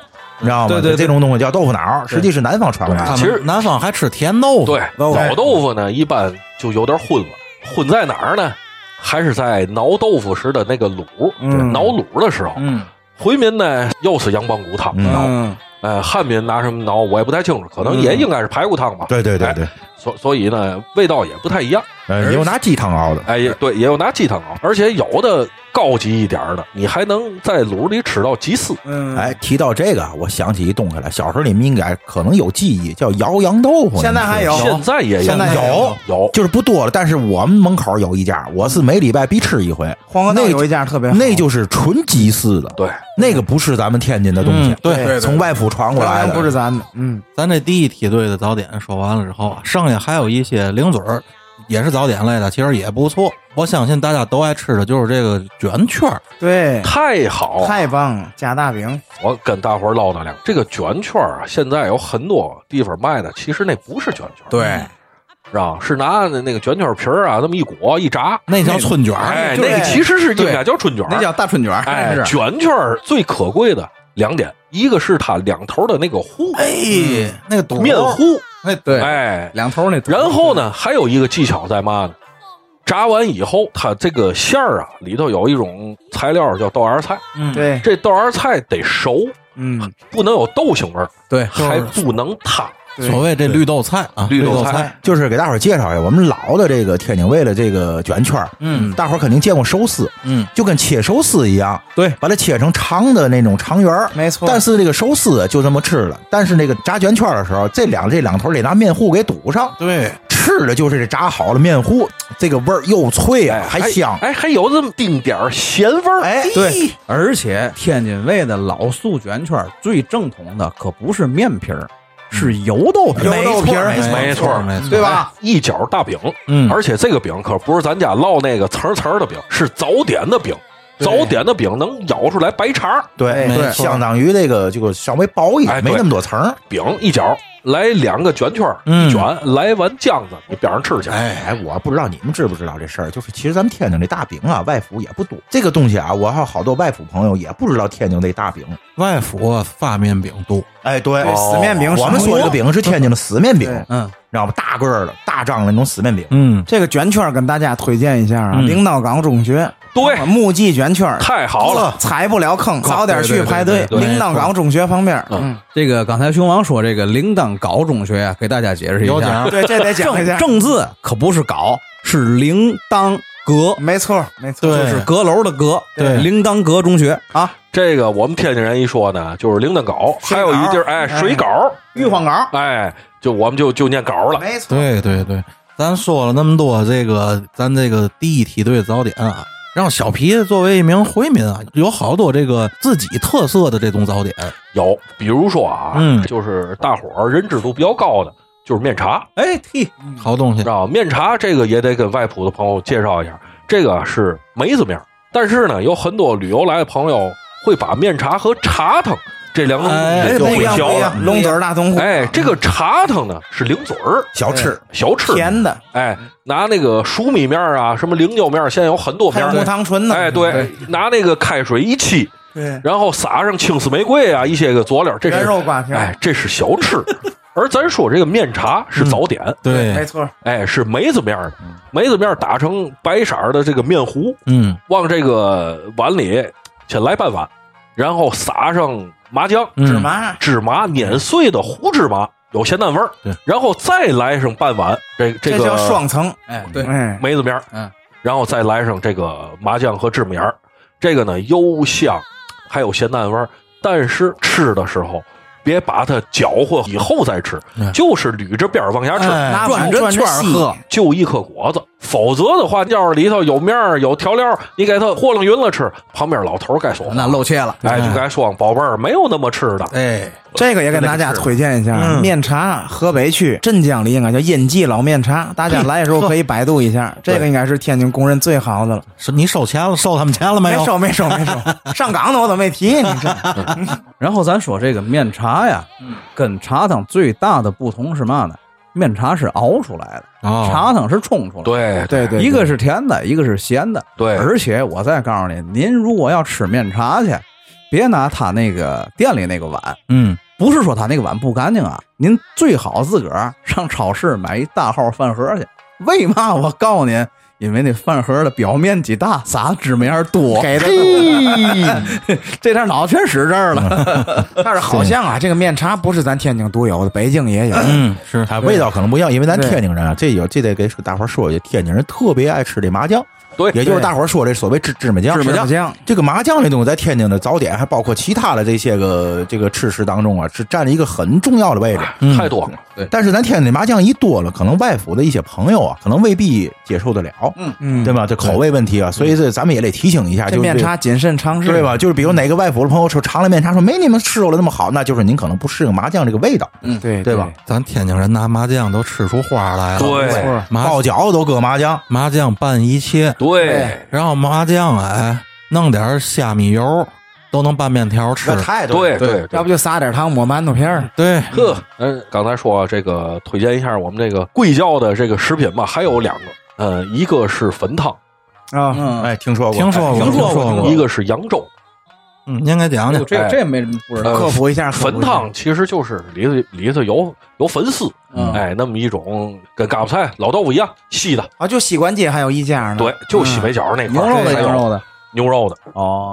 Speaker 4: 你知道吗？
Speaker 2: 对对对
Speaker 4: 这种东西叫豆腐脑儿，实际是啊南方传过来
Speaker 1: 他
Speaker 4: 的
Speaker 1: 们
Speaker 3: 其实
Speaker 1: 南方还吃甜豆腐，
Speaker 3: 对，
Speaker 5: 豆腐
Speaker 3: 老豆腐呢，一般就有点混了，混在哪儿呢？还是在挠豆腐时的那个卤，
Speaker 5: 嗯
Speaker 3: 挠卤的时候，
Speaker 1: 嗯，
Speaker 3: 回民呢又是羊棒骨汤
Speaker 4: 嗯
Speaker 3: 挠，
Speaker 5: 嗯，
Speaker 3: 呃，汉民拿什么挠我也不太清楚，可能也应该是排骨汤吧。
Speaker 4: 对对对
Speaker 3: 哎
Speaker 4: 对，
Speaker 3: 所所以呢，味道也不太一样。
Speaker 4: 呃，也有拿鸡汤熬的，
Speaker 3: 哎，也对，也有拿鸡汤熬，而且有的高级一点儿的，你还能在卤里吃到鸡丝。
Speaker 5: 嗯，
Speaker 4: 哎，，提到这个，我想起一东西来。小时候你们应该可能有记忆，叫摇羊豆腐。
Speaker 5: 现在
Speaker 4: 你们
Speaker 5: 还
Speaker 4: 吃
Speaker 5: 有
Speaker 3: 现在也
Speaker 5: 现在也
Speaker 3: 有
Speaker 5: 有
Speaker 3: 有，
Speaker 4: 就是不多了。但是我们门口有一家，我是每礼拜必吃一回，
Speaker 5: 黄河道
Speaker 4: 那
Speaker 5: 有一家特别好，
Speaker 4: 那就是纯鸡丝的，
Speaker 3: 对，
Speaker 4: 那个不是咱们天津的东西哎
Speaker 1: 嗯，对
Speaker 5: 对
Speaker 4: 从外府传过
Speaker 5: 当
Speaker 4: 来
Speaker 5: 然
Speaker 4: 的，
Speaker 5: 不是咱的，嗯，
Speaker 1: 咱这第一梯队的早点说完了之后啊，剩剩下还有一些零嘴儿，也是早点类的，其实也不错。我相信大家都爱吃的就是这个卷圈儿，
Speaker 5: 对，
Speaker 3: 太好了！
Speaker 5: 太棒了，加大饼，
Speaker 3: 我跟大伙儿唠叨两句，这个卷圈儿啊，现在有很多地方卖的，其实那不是卷圈，，
Speaker 2: 对，
Speaker 3: 是吧？是拿那个卷圈皮儿啊，那么一裹一炸，
Speaker 1: 那叫春卷儿。
Speaker 3: 哎，
Speaker 5: 对
Speaker 3: 那个其实是应该叫春卷儿，
Speaker 2: 那叫大春卷儿，
Speaker 3: 哎
Speaker 2: 是
Speaker 3: 卷圈儿最可贵的两点，一个是它两头的那个糊，嗯
Speaker 1: 哎，那个肚
Speaker 3: 面糊，
Speaker 1: 那
Speaker 2: 对，
Speaker 3: 哎，
Speaker 2: 两头那。
Speaker 3: 然后？呢，还有一个技巧在嘛呢？炸完以后，它这个馅儿啊，里头有一种材料叫豆芽菜，
Speaker 5: 对，
Speaker 3: 这豆芽菜得熟，
Speaker 5: 嗯，
Speaker 3: 不能有豆腥味儿，
Speaker 2: 对
Speaker 3: 还不能塌。
Speaker 5: 对
Speaker 1: 所谓这绿豆菜啊，
Speaker 3: 绿
Speaker 1: 绿
Speaker 3: 豆菜
Speaker 1: 菜，
Speaker 4: 就是给大伙儿介绍一下，我们老的这个天津卫的这个卷圈儿
Speaker 1: 嗯
Speaker 4: 大伙儿肯定见过寿司，
Speaker 1: 嗯，
Speaker 4: 就跟切寿司一样，
Speaker 2: 对，
Speaker 4: 把它切成长的那种长圆儿。
Speaker 5: 没错，
Speaker 4: 但是这个寿司就这么吃了，但是那个炸卷圈儿的时候，这两这两头得拿面糊给堵上，
Speaker 1: 对，
Speaker 4: 吃的就是这炸好了面糊，这个味儿又脆
Speaker 3: 哎
Speaker 4: 啊，，还香。
Speaker 3: 哎，还有这么丁点儿咸味儿。
Speaker 4: 哎，
Speaker 2: 对，而且天津卫的老素卷圈儿最正统的可不是面皮儿，是油豆皮儿。
Speaker 1: 嗯
Speaker 4: 油豆皮儿
Speaker 1: 没错
Speaker 3: 没错
Speaker 1: 没错，
Speaker 4: 对吧？
Speaker 3: 一角大饼，
Speaker 1: 嗯，
Speaker 3: 而且这个饼可不是咱家烙那个层层的饼，是早点的饼。早点的饼能咬出来白碴儿，
Speaker 4: 对
Speaker 1: 没
Speaker 4: 对，
Speaker 1: 错
Speaker 4: 相当于这个就稍微薄一
Speaker 3: 哎
Speaker 4: 点，没
Speaker 3: 对
Speaker 4: 那么多层儿。
Speaker 3: 饼一角来两个卷圈儿，
Speaker 1: 嗯
Speaker 3: 一卷来碗酱子，你边上吃去。
Speaker 1: 哎，
Speaker 4: 哎，我不知道你们知不知道这事儿，就是其实咱们天津这大饼啊，外府也不多。这个东西啊，我还有好多外府朋友也不知道天津这大饼。
Speaker 1: 外府啊发面饼多，
Speaker 4: 哎，对
Speaker 5: 对死面饼
Speaker 4: 我们说这个饼是天津的死面饼
Speaker 5: 对，
Speaker 2: 嗯，
Speaker 4: 知道吧？大个儿的、大张的那种死面饼。
Speaker 1: 嗯，
Speaker 5: 这个卷圈儿跟大家推荐一下啊，
Speaker 1: 嗯
Speaker 5: 领导岗中学啊
Speaker 3: 对，
Speaker 5: 木记卷圈儿，
Speaker 3: 太好了，
Speaker 5: 踩不了坑，早点去排队。
Speaker 1: 对对对对
Speaker 5: 领导岗中学旁边儿，嗯，
Speaker 2: 这个刚才熊王说这个铃铛搞中学啊，给大家解释
Speaker 1: 有
Speaker 2: 一
Speaker 1: 点
Speaker 2: 下，
Speaker 1: 儿
Speaker 5: 嗯对，这得讲一
Speaker 2: 正
Speaker 5: 下，
Speaker 2: 正字可不是搞，是铃铛阁，
Speaker 5: 没错，没错，
Speaker 1: 对
Speaker 2: 就是阁楼的阁，
Speaker 1: 对
Speaker 2: 铃铛阁中学啊，
Speaker 3: 这个我们天津人一说呢，就是铃铛镐，
Speaker 5: 水
Speaker 3: 还有一地儿
Speaker 5: 镐
Speaker 3: 哎，
Speaker 5: 哎
Speaker 3: 水镐，
Speaker 5: 玉皇岗，
Speaker 3: 哎，就我们就就念镐了。
Speaker 5: 没错，
Speaker 1: 对对对，咱说了那么多，这个咱这个第一梯队早点啊，让小皮作为一名回民啊，有好多这个自己特色的这种早点，
Speaker 3: 有，比如说啊，
Speaker 1: 嗯
Speaker 3: 就是大伙儿认知度比较高的，就是面茶，
Speaker 2: 哎嘿，
Speaker 1: 好东西
Speaker 3: 知。道吧面茶这个也得跟外埔的朋友介绍一下，这个是梅子面儿，但是呢，有很多旅游来的朋友会把面茶和茶汤这两种
Speaker 1: 哎
Speaker 3: 也就
Speaker 5: 不
Speaker 3: 混
Speaker 5: 一样，不一
Speaker 3: 淆了。
Speaker 5: 样，龙嘴儿大东湖，
Speaker 3: 哎，这个茶汤呢是零嘴儿
Speaker 4: 小吃，
Speaker 3: 小吃，
Speaker 5: 甜的，
Speaker 3: 哎，拿那个熟米面儿啊，什么菱角面儿，现在有很多
Speaker 5: 还
Speaker 3: 面
Speaker 5: 有
Speaker 3: 儿
Speaker 5: 木。糖醇呢，
Speaker 3: 哎，对，拿那个开水一沏，
Speaker 5: 对，
Speaker 3: 然后撒上青丝玫瑰啊，一些个佐料，这
Speaker 5: 人
Speaker 3: 是
Speaker 5: 肉瓜条，
Speaker 3: 哎，这是小吃。而咱说这个面茶是早点，
Speaker 1: 嗯
Speaker 5: 没
Speaker 1: 对，
Speaker 5: 错，
Speaker 3: 哎，是梅子面儿的，梅子面儿打成白色儿的这个面糊，
Speaker 1: 嗯，
Speaker 3: 往这个碗里先来半碗，然后撒上麻酱、
Speaker 1: 嗯
Speaker 5: 芝麻，
Speaker 3: 芝麻碾碎的胡芝麻，有咸淡味儿
Speaker 1: 对，
Speaker 3: 然后再来上半碗这这
Speaker 5: 这
Speaker 3: 个
Speaker 5: 叫双层，
Speaker 2: 哎对，
Speaker 5: 哎，
Speaker 3: 梅子面儿，
Speaker 2: 嗯，
Speaker 3: 然后再来上这个麻酱和芝麻盐儿，这个呢又香，还有咸淡味儿，但是吃的时候别把它搅和以后再吃，
Speaker 1: 嗯
Speaker 3: 就是捋着边儿往下吃。
Speaker 1: 哎
Speaker 5: 拿
Speaker 2: 转
Speaker 5: 碗
Speaker 2: 着
Speaker 5: 转
Speaker 2: 圈儿
Speaker 5: 细
Speaker 2: 喝，
Speaker 3: 就一颗果子，否则的话，要是里头有面儿、有调料儿，你给它和楞匀了吃，旁边老头儿该说话
Speaker 2: 那露怯了，
Speaker 3: 哎，就该说宝贝儿没有那么吃的，
Speaker 1: 哎，
Speaker 5: 这个也给大家推荐一下，
Speaker 1: 嗯
Speaker 5: 面茶，河北区镇江里应该叫殷记老面茶，大家来的时候可以百度一下，这个应该是天津公认最好的了。
Speaker 1: 是你收钱了，收他们钱了没
Speaker 5: 没
Speaker 1: 有？
Speaker 5: 哎收没收没收，上岗的我都没提，你这
Speaker 2: 然后咱说这个面茶呀，
Speaker 1: 嗯
Speaker 2: 跟茶汤最大的不同是嘛呢？面茶是熬出来的，
Speaker 1: 哦
Speaker 2: 茶汤是冲出来
Speaker 3: 对
Speaker 2: 的。
Speaker 5: 对 对，
Speaker 2: 一个是甜的，一个是咸的。
Speaker 3: 对
Speaker 2: 而且我再告诉你，您如果要吃面茶去，别拿他那个店里那个碗，
Speaker 1: 嗯，
Speaker 2: 不是说他那个碗不干净啊，您最好自个儿上超市买一大号饭盒去。为嘛？我告诉您，因为那饭盒的表面积大，撒芝麻盐多，
Speaker 5: 给的，
Speaker 2: 这点脑子全使这儿 了。
Speaker 5: 但是好像啊，这个面茶不是咱天津独有的，北京也有。
Speaker 1: 嗯，是
Speaker 4: 它啊味道可能不一样，因为咱
Speaker 5: 对
Speaker 4: 天津人啊，这有这得给大伙儿说一句，天津人特别爱吃这麻酱，
Speaker 3: 对
Speaker 4: 也就是
Speaker 5: 对
Speaker 4: 大伙儿说这所谓芝芝麻酱，
Speaker 5: 芝麻酱，
Speaker 4: 这个麻酱这东西在天津的早点，还包括其他的这些个这个吃食当中啊，是占了一个很重要的位置。
Speaker 3: 太多了。
Speaker 2: 对
Speaker 4: 但是咱天津这麻酱一多了，可能外府的一些朋友啊，可能未必接受得了，
Speaker 2: 嗯
Speaker 5: 嗯
Speaker 4: 对吧？这口味问题啊，所以这咱们也得提醒一下，就
Speaker 5: 这
Speaker 4: 是
Speaker 5: 面茶谨慎尝试，
Speaker 4: 对？吧？就是比如哪个外府的朋友说尝了面茶，说没你们吃过了那么好，那就是您可能不适应麻酱这个味道。
Speaker 5: 嗯，对
Speaker 4: 对吧
Speaker 1: 咱天津人拿麻酱都吃出花来了，
Speaker 3: 对没
Speaker 5: 错
Speaker 1: 麻
Speaker 4: 包饺子都搁麻酱，
Speaker 1: 麻酱拌一切，
Speaker 3: 对
Speaker 1: 然后麻酱哎，弄点虾米油都能拌面条吃
Speaker 4: 那。太多了
Speaker 3: 对对对
Speaker 5: 要不就撒点糖抹馒头片儿，
Speaker 1: 对，
Speaker 3: 呵，嗯，刚才说这个推荐一下我们这个贵教的这个食品吧，还有两个，呃，一个是粉汤，
Speaker 5: 啊，
Speaker 2: 嗯，
Speaker 4: 哎，听说过，
Speaker 1: 听说过，
Speaker 2: 听说过啊
Speaker 1: 过，
Speaker 3: 一个是扬州。
Speaker 1: 嗯，您给讲
Speaker 2: 哎
Speaker 1: 讲
Speaker 2: 呦，这
Speaker 3: 哎
Speaker 2: 这没人不知道
Speaker 3: 呃
Speaker 5: 科普一下
Speaker 3: 粉汤，其实就是里头里头有有粉丝，
Speaker 2: 嗯
Speaker 3: 哎，那么一种跟嘎巴菜、老豆腐一样细的，
Speaker 5: 啊，就西关街还有一家呢，
Speaker 3: 对，就西北角那块
Speaker 2: 牛
Speaker 3: 儿
Speaker 2: 嗯肉的
Speaker 3: 还有
Speaker 2: 牛肉的
Speaker 3: 牛肉的。哎
Speaker 2: 哦，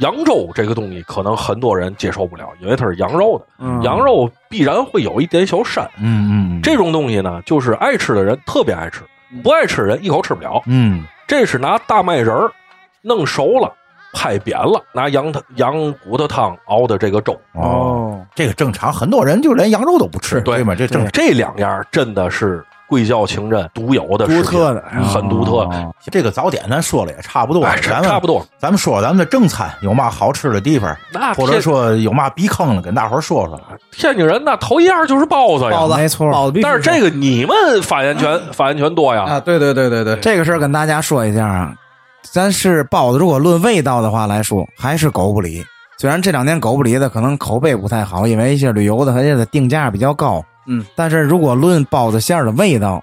Speaker 3: 扬州这个东西可能很多人接受不了，因为它是羊肉的，
Speaker 5: 嗯，
Speaker 3: 羊肉必然会有一点小膻。
Speaker 4: 嗯嗯，嗯
Speaker 3: 这种东西呢，就是爱吃的人特别爱吃，不爱吃的人一口吃不了。
Speaker 4: 嗯
Speaker 3: 这是拿大麦仁儿弄熟了，拍扁了，拿羊汤羊骨头汤熬的这个粥。
Speaker 4: 哦，，这个正常，很多人就连羊肉都不吃，
Speaker 3: 对
Speaker 4: 对吗？这正常。
Speaker 3: 这两样真的是贵教情人独有的食
Speaker 5: 独
Speaker 3: 品，哎
Speaker 5: 特的，嗯
Speaker 3: 很独
Speaker 4: 哦
Speaker 3: 特。
Speaker 4: 这个早点咱说了也差不多，
Speaker 3: 哎，
Speaker 4: 咱
Speaker 3: 差
Speaker 4: 们
Speaker 3: 差不多。
Speaker 4: 咱们说咱们的正餐有嘛好吃的地方，
Speaker 3: 那
Speaker 4: 或者
Speaker 3: 天
Speaker 4: 说有嘛避坑了，跟大伙儿说说。
Speaker 3: 天津人那头一样就是包子呀，
Speaker 5: 包子没错，
Speaker 2: 包子必须
Speaker 3: 但是这个你们发言权发言权多呀，
Speaker 2: 啊，对对对对对，
Speaker 5: 这个事儿跟大家说一下啊，咱是包子，如果论味道的话来说，还是狗不理。虽然这两年狗不理的可能口碑不太好，因为一些旅游的和一些的定价比较高，
Speaker 2: 嗯，
Speaker 5: 但是如果论包子馅儿的味道，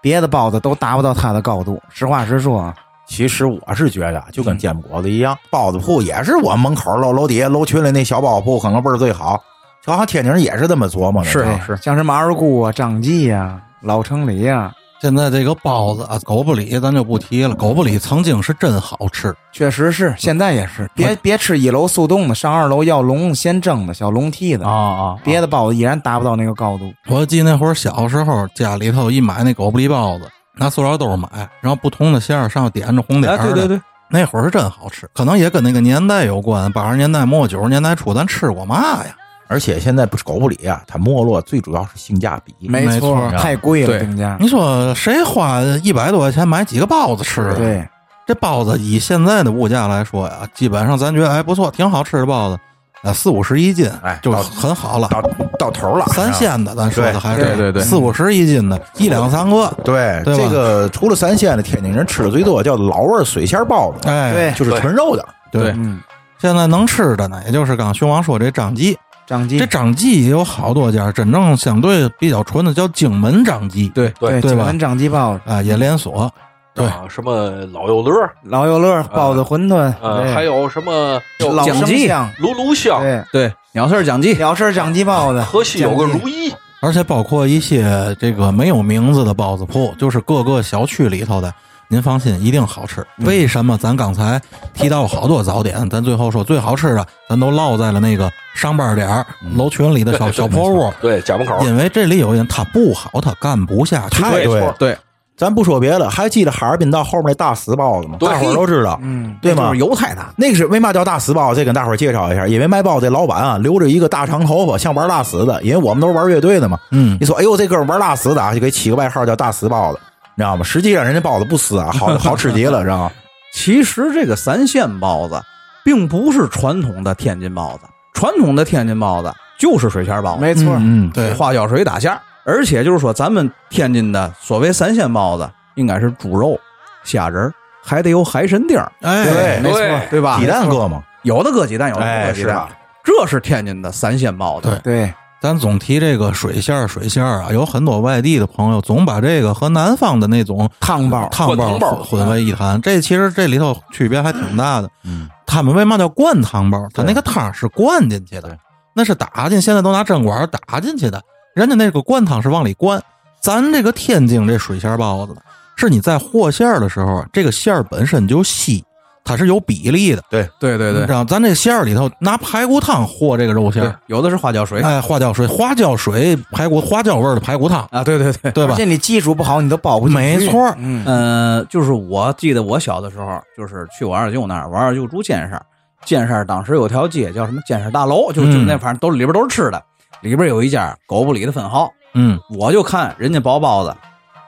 Speaker 5: 别的包子都达不到它的高度。实话实说啊，
Speaker 4: 其实我是觉得啊，就跟煎饼果子一样，包子铺也是我门口楼楼底下楼群里那小包铺，可能味儿最好。好像天津人也是这么琢磨的，
Speaker 2: 是
Speaker 5: 对
Speaker 2: 是
Speaker 5: 哎像什么二姑啊、张记啊、老城里啊，
Speaker 1: 现在这个包子啊，狗不理咱就不提了。狗不理曾经是真好吃，
Speaker 5: 确实是，现在也是。别别吃一楼速冻的，上二楼要笼先蒸的小笼屉的，
Speaker 2: 啊啊，
Speaker 5: 别的包子依然达不到那个高度。
Speaker 1: 我记那会儿小时候家里头一买那狗不理包子，拿塑料兜买，然后不同的馅儿上点着红点
Speaker 2: 哎，
Speaker 3: 啊
Speaker 1: 儿的、
Speaker 2: 对对对，
Speaker 1: 那会儿是真好吃，可能也跟那个年代有关，八十年代末九十年代初咱吃过嘛呀？
Speaker 4: 而且现在不是狗不理啊，它没落最主要是性价比。
Speaker 5: 没
Speaker 1: 没错
Speaker 5: 错，太贵了，
Speaker 2: 对
Speaker 5: 定价。
Speaker 1: 你说谁花一百多块钱买几个包子吃啊？
Speaker 5: 对，
Speaker 1: 这包子以现在的物价来说呀，基本上咱觉得哎不错，挺好吃的包子，呃四五十一斤，
Speaker 4: 哎
Speaker 1: 就
Speaker 4: 到
Speaker 1: 很好了。
Speaker 4: 到到头了，
Speaker 1: 三鲜的，咱说的还是
Speaker 2: 对对对
Speaker 1: 四五十一斤的，一两三个，
Speaker 4: 对
Speaker 1: 对吧
Speaker 4: 这个除了三鲜的，天津人吃的最多叫老味儿水馅儿包子，
Speaker 1: 哎，
Speaker 5: 对
Speaker 4: 就是纯肉的。
Speaker 2: 对
Speaker 5: 嗯，
Speaker 1: 现在能吃的呢，也就是刚熊王说这张记，
Speaker 5: 张记
Speaker 1: 这张记也有好多家，真正相对比较纯的叫荆门张记，
Speaker 2: 对
Speaker 5: 对
Speaker 1: 对
Speaker 5: 九
Speaker 1: 吧
Speaker 5: 门张记包子、
Speaker 1: 啊，也连锁，对
Speaker 3: 啊，什么老幼乐，
Speaker 5: 老幼乐包子、馄饨，
Speaker 3: 呃，
Speaker 5: 对
Speaker 3: 还有什么
Speaker 5: 哎老哎
Speaker 2: 蒋
Speaker 5: 生
Speaker 2: 记
Speaker 5: 香，
Speaker 3: 卢卢香，
Speaker 5: 对，
Speaker 2: 对，鸟事讲记，
Speaker 5: 小吃张记包子，
Speaker 3: 河西有个
Speaker 5: 蒋记
Speaker 3: 如意，
Speaker 1: 而且包括一些这个没有名字的包子铺，就是各个小区里头的。您放心，一定好吃。为什么咱刚才提到好多早点，咱最后说最好吃的，咱都落在了那个上班点儿楼群里的小小破屋，
Speaker 3: 对，家门口
Speaker 1: 因为这里有人他不好，他干不下去。
Speaker 4: 太对了
Speaker 2: 对，
Speaker 4: 咱不说别的，还记得哈尔滨道后面那大死包子吗？
Speaker 3: 对
Speaker 4: 大伙儿都知道，
Speaker 5: 嗯，
Speaker 4: 对
Speaker 2: 就
Speaker 4: 吗
Speaker 2: 是？犹太大，
Speaker 4: 那个是为嘛叫大死包？这跟大伙儿介绍一下，因为卖包这老板啊，留着一个大长头发，像玩大死的。因为我们都是玩乐队的嘛，
Speaker 1: 嗯
Speaker 4: 一说哎呦这哥们玩大死的啊，就给起个外号叫大死包子，你知道吗？实际上人家包子不死啊，好好吃极了，知道吗？
Speaker 2: 其实这个三鲜包子并不是传统的天津包子，传统的天津包子就是水馅包子，
Speaker 5: 没错，
Speaker 1: 嗯，对，
Speaker 2: 花椒水打馅儿，而且就是说咱们天津的所谓三鲜包子，应该是猪肉、虾仁儿，还得有海参丁儿，
Speaker 1: 哎，
Speaker 5: 没
Speaker 3: 对
Speaker 5: 错，
Speaker 2: 对吧？
Speaker 4: 鸡蛋哥嘛，
Speaker 2: 有的搁鸡蛋，有的不
Speaker 4: 哎，
Speaker 2: 搁
Speaker 4: 是
Speaker 2: 鸡
Speaker 4: 吧
Speaker 2: 蛋，？这是天津的三鲜包子。
Speaker 1: 对
Speaker 5: 对，
Speaker 1: 咱总提这个水馅儿，水馅儿啊，有很多外地的朋友总把这个和南方的那种
Speaker 5: 汤包
Speaker 1: 汤包
Speaker 3: 灌汤包
Speaker 1: 混混为一谈。这其实这里头区别还挺大的。
Speaker 4: 嗯，
Speaker 1: 他们为嘛叫灌汤包？他那个汤是灌进去的
Speaker 4: 对，
Speaker 1: 那是打进，现在都拿针管打进去的。人家那个灌汤是往里灌，咱这个天津这水馅儿包子呢，是你在和馅儿的时候，啊这个馅儿本身就稀，它是有比例的。
Speaker 2: 对对
Speaker 1: 你知，道，咱这馅儿里头拿排骨汤和这个肉馅
Speaker 2: 对
Speaker 1: 儿，
Speaker 2: 有的是花椒水
Speaker 1: 哎，花椒水、花椒水、排骨、花椒味儿的排骨汤，
Speaker 2: 啊，对对对。
Speaker 1: 对吧
Speaker 5: 而且？你技术不好，你都包不进去
Speaker 1: 没错
Speaker 5: 嗯，
Speaker 2: 呃，就是我记得我小的时候，就是去我二舅那儿，我二舅住尖山，尖山当时有条街叫什么尖山大楼，就就
Speaker 1: 嗯
Speaker 2: 那反正都里边都是吃的，里边有一家狗不理的分号，
Speaker 1: 嗯，
Speaker 2: 我就看人家包包子，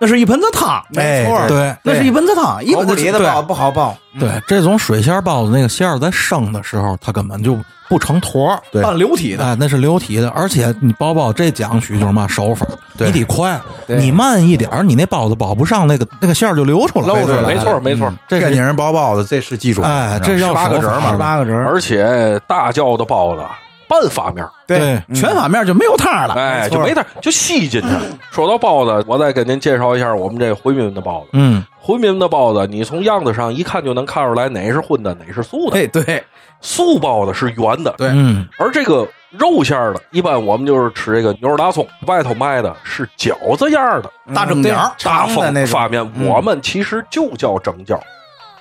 Speaker 2: 那是一盆子汤，
Speaker 5: 没错
Speaker 4: 哎
Speaker 5: 儿，
Speaker 1: 嗯对
Speaker 2: 那是一盆子汤，一
Speaker 5: 狗
Speaker 2: 盆
Speaker 5: 不
Speaker 2: 子
Speaker 5: 理的
Speaker 2: 对
Speaker 5: 包不好包，
Speaker 1: 对，这种水馅儿包子那个馅儿在生的时候，它根本就不成坨儿，
Speaker 4: 对
Speaker 2: 半流体的，
Speaker 1: 哎，那是流体的，而且你包包这讲究就是嘛手法，你得快，
Speaker 5: 对
Speaker 1: 你慢一点儿，你那包子包不上那个那个馅儿就流出来了，
Speaker 4: 露出来了
Speaker 3: 没错没错。
Speaker 1: 这
Speaker 4: 天
Speaker 1: 是
Speaker 4: 津人包包子，这是技术活，
Speaker 1: 哎
Speaker 5: 嗯
Speaker 4: 你知
Speaker 1: 这要
Speaker 4: 道吗十八个
Speaker 1: 手
Speaker 4: 人
Speaker 1: 法
Speaker 4: 嘛
Speaker 5: 十，八个人儿，
Speaker 3: 而且大叫的包子半发面儿，
Speaker 1: 对
Speaker 5: 嗯
Speaker 2: 全反面就没有汤了。
Speaker 3: 哎，
Speaker 5: 错
Speaker 3: 就没它就吸进去。说到包子，我再给您介绍一下我们这回民的包子。
Speaker 1: 嗯，
Speaker 3: 回民的包子，你从样子上一看就能看出来哪是荤的，哪是素的。
Speaker 2: 哎，对，
Speaker 3: 素包子是圆的，
Speaker 2: 对
Speaker 1: 嗯，
Speaker 3: 而这个肉馅儿的，一般我们就是吃这个牛肉大葱，外头卖的是饺子样儿的嗯
Speaker 2: 大蒸
Speaker 5: 对
Speaker 2: 饺儿
Speaker 3: 大
Speaker 5: 长的
Speaker 3: 风
Speaker 5: 那种
Speaker 3: 发面，我们其实就叫蒸饺，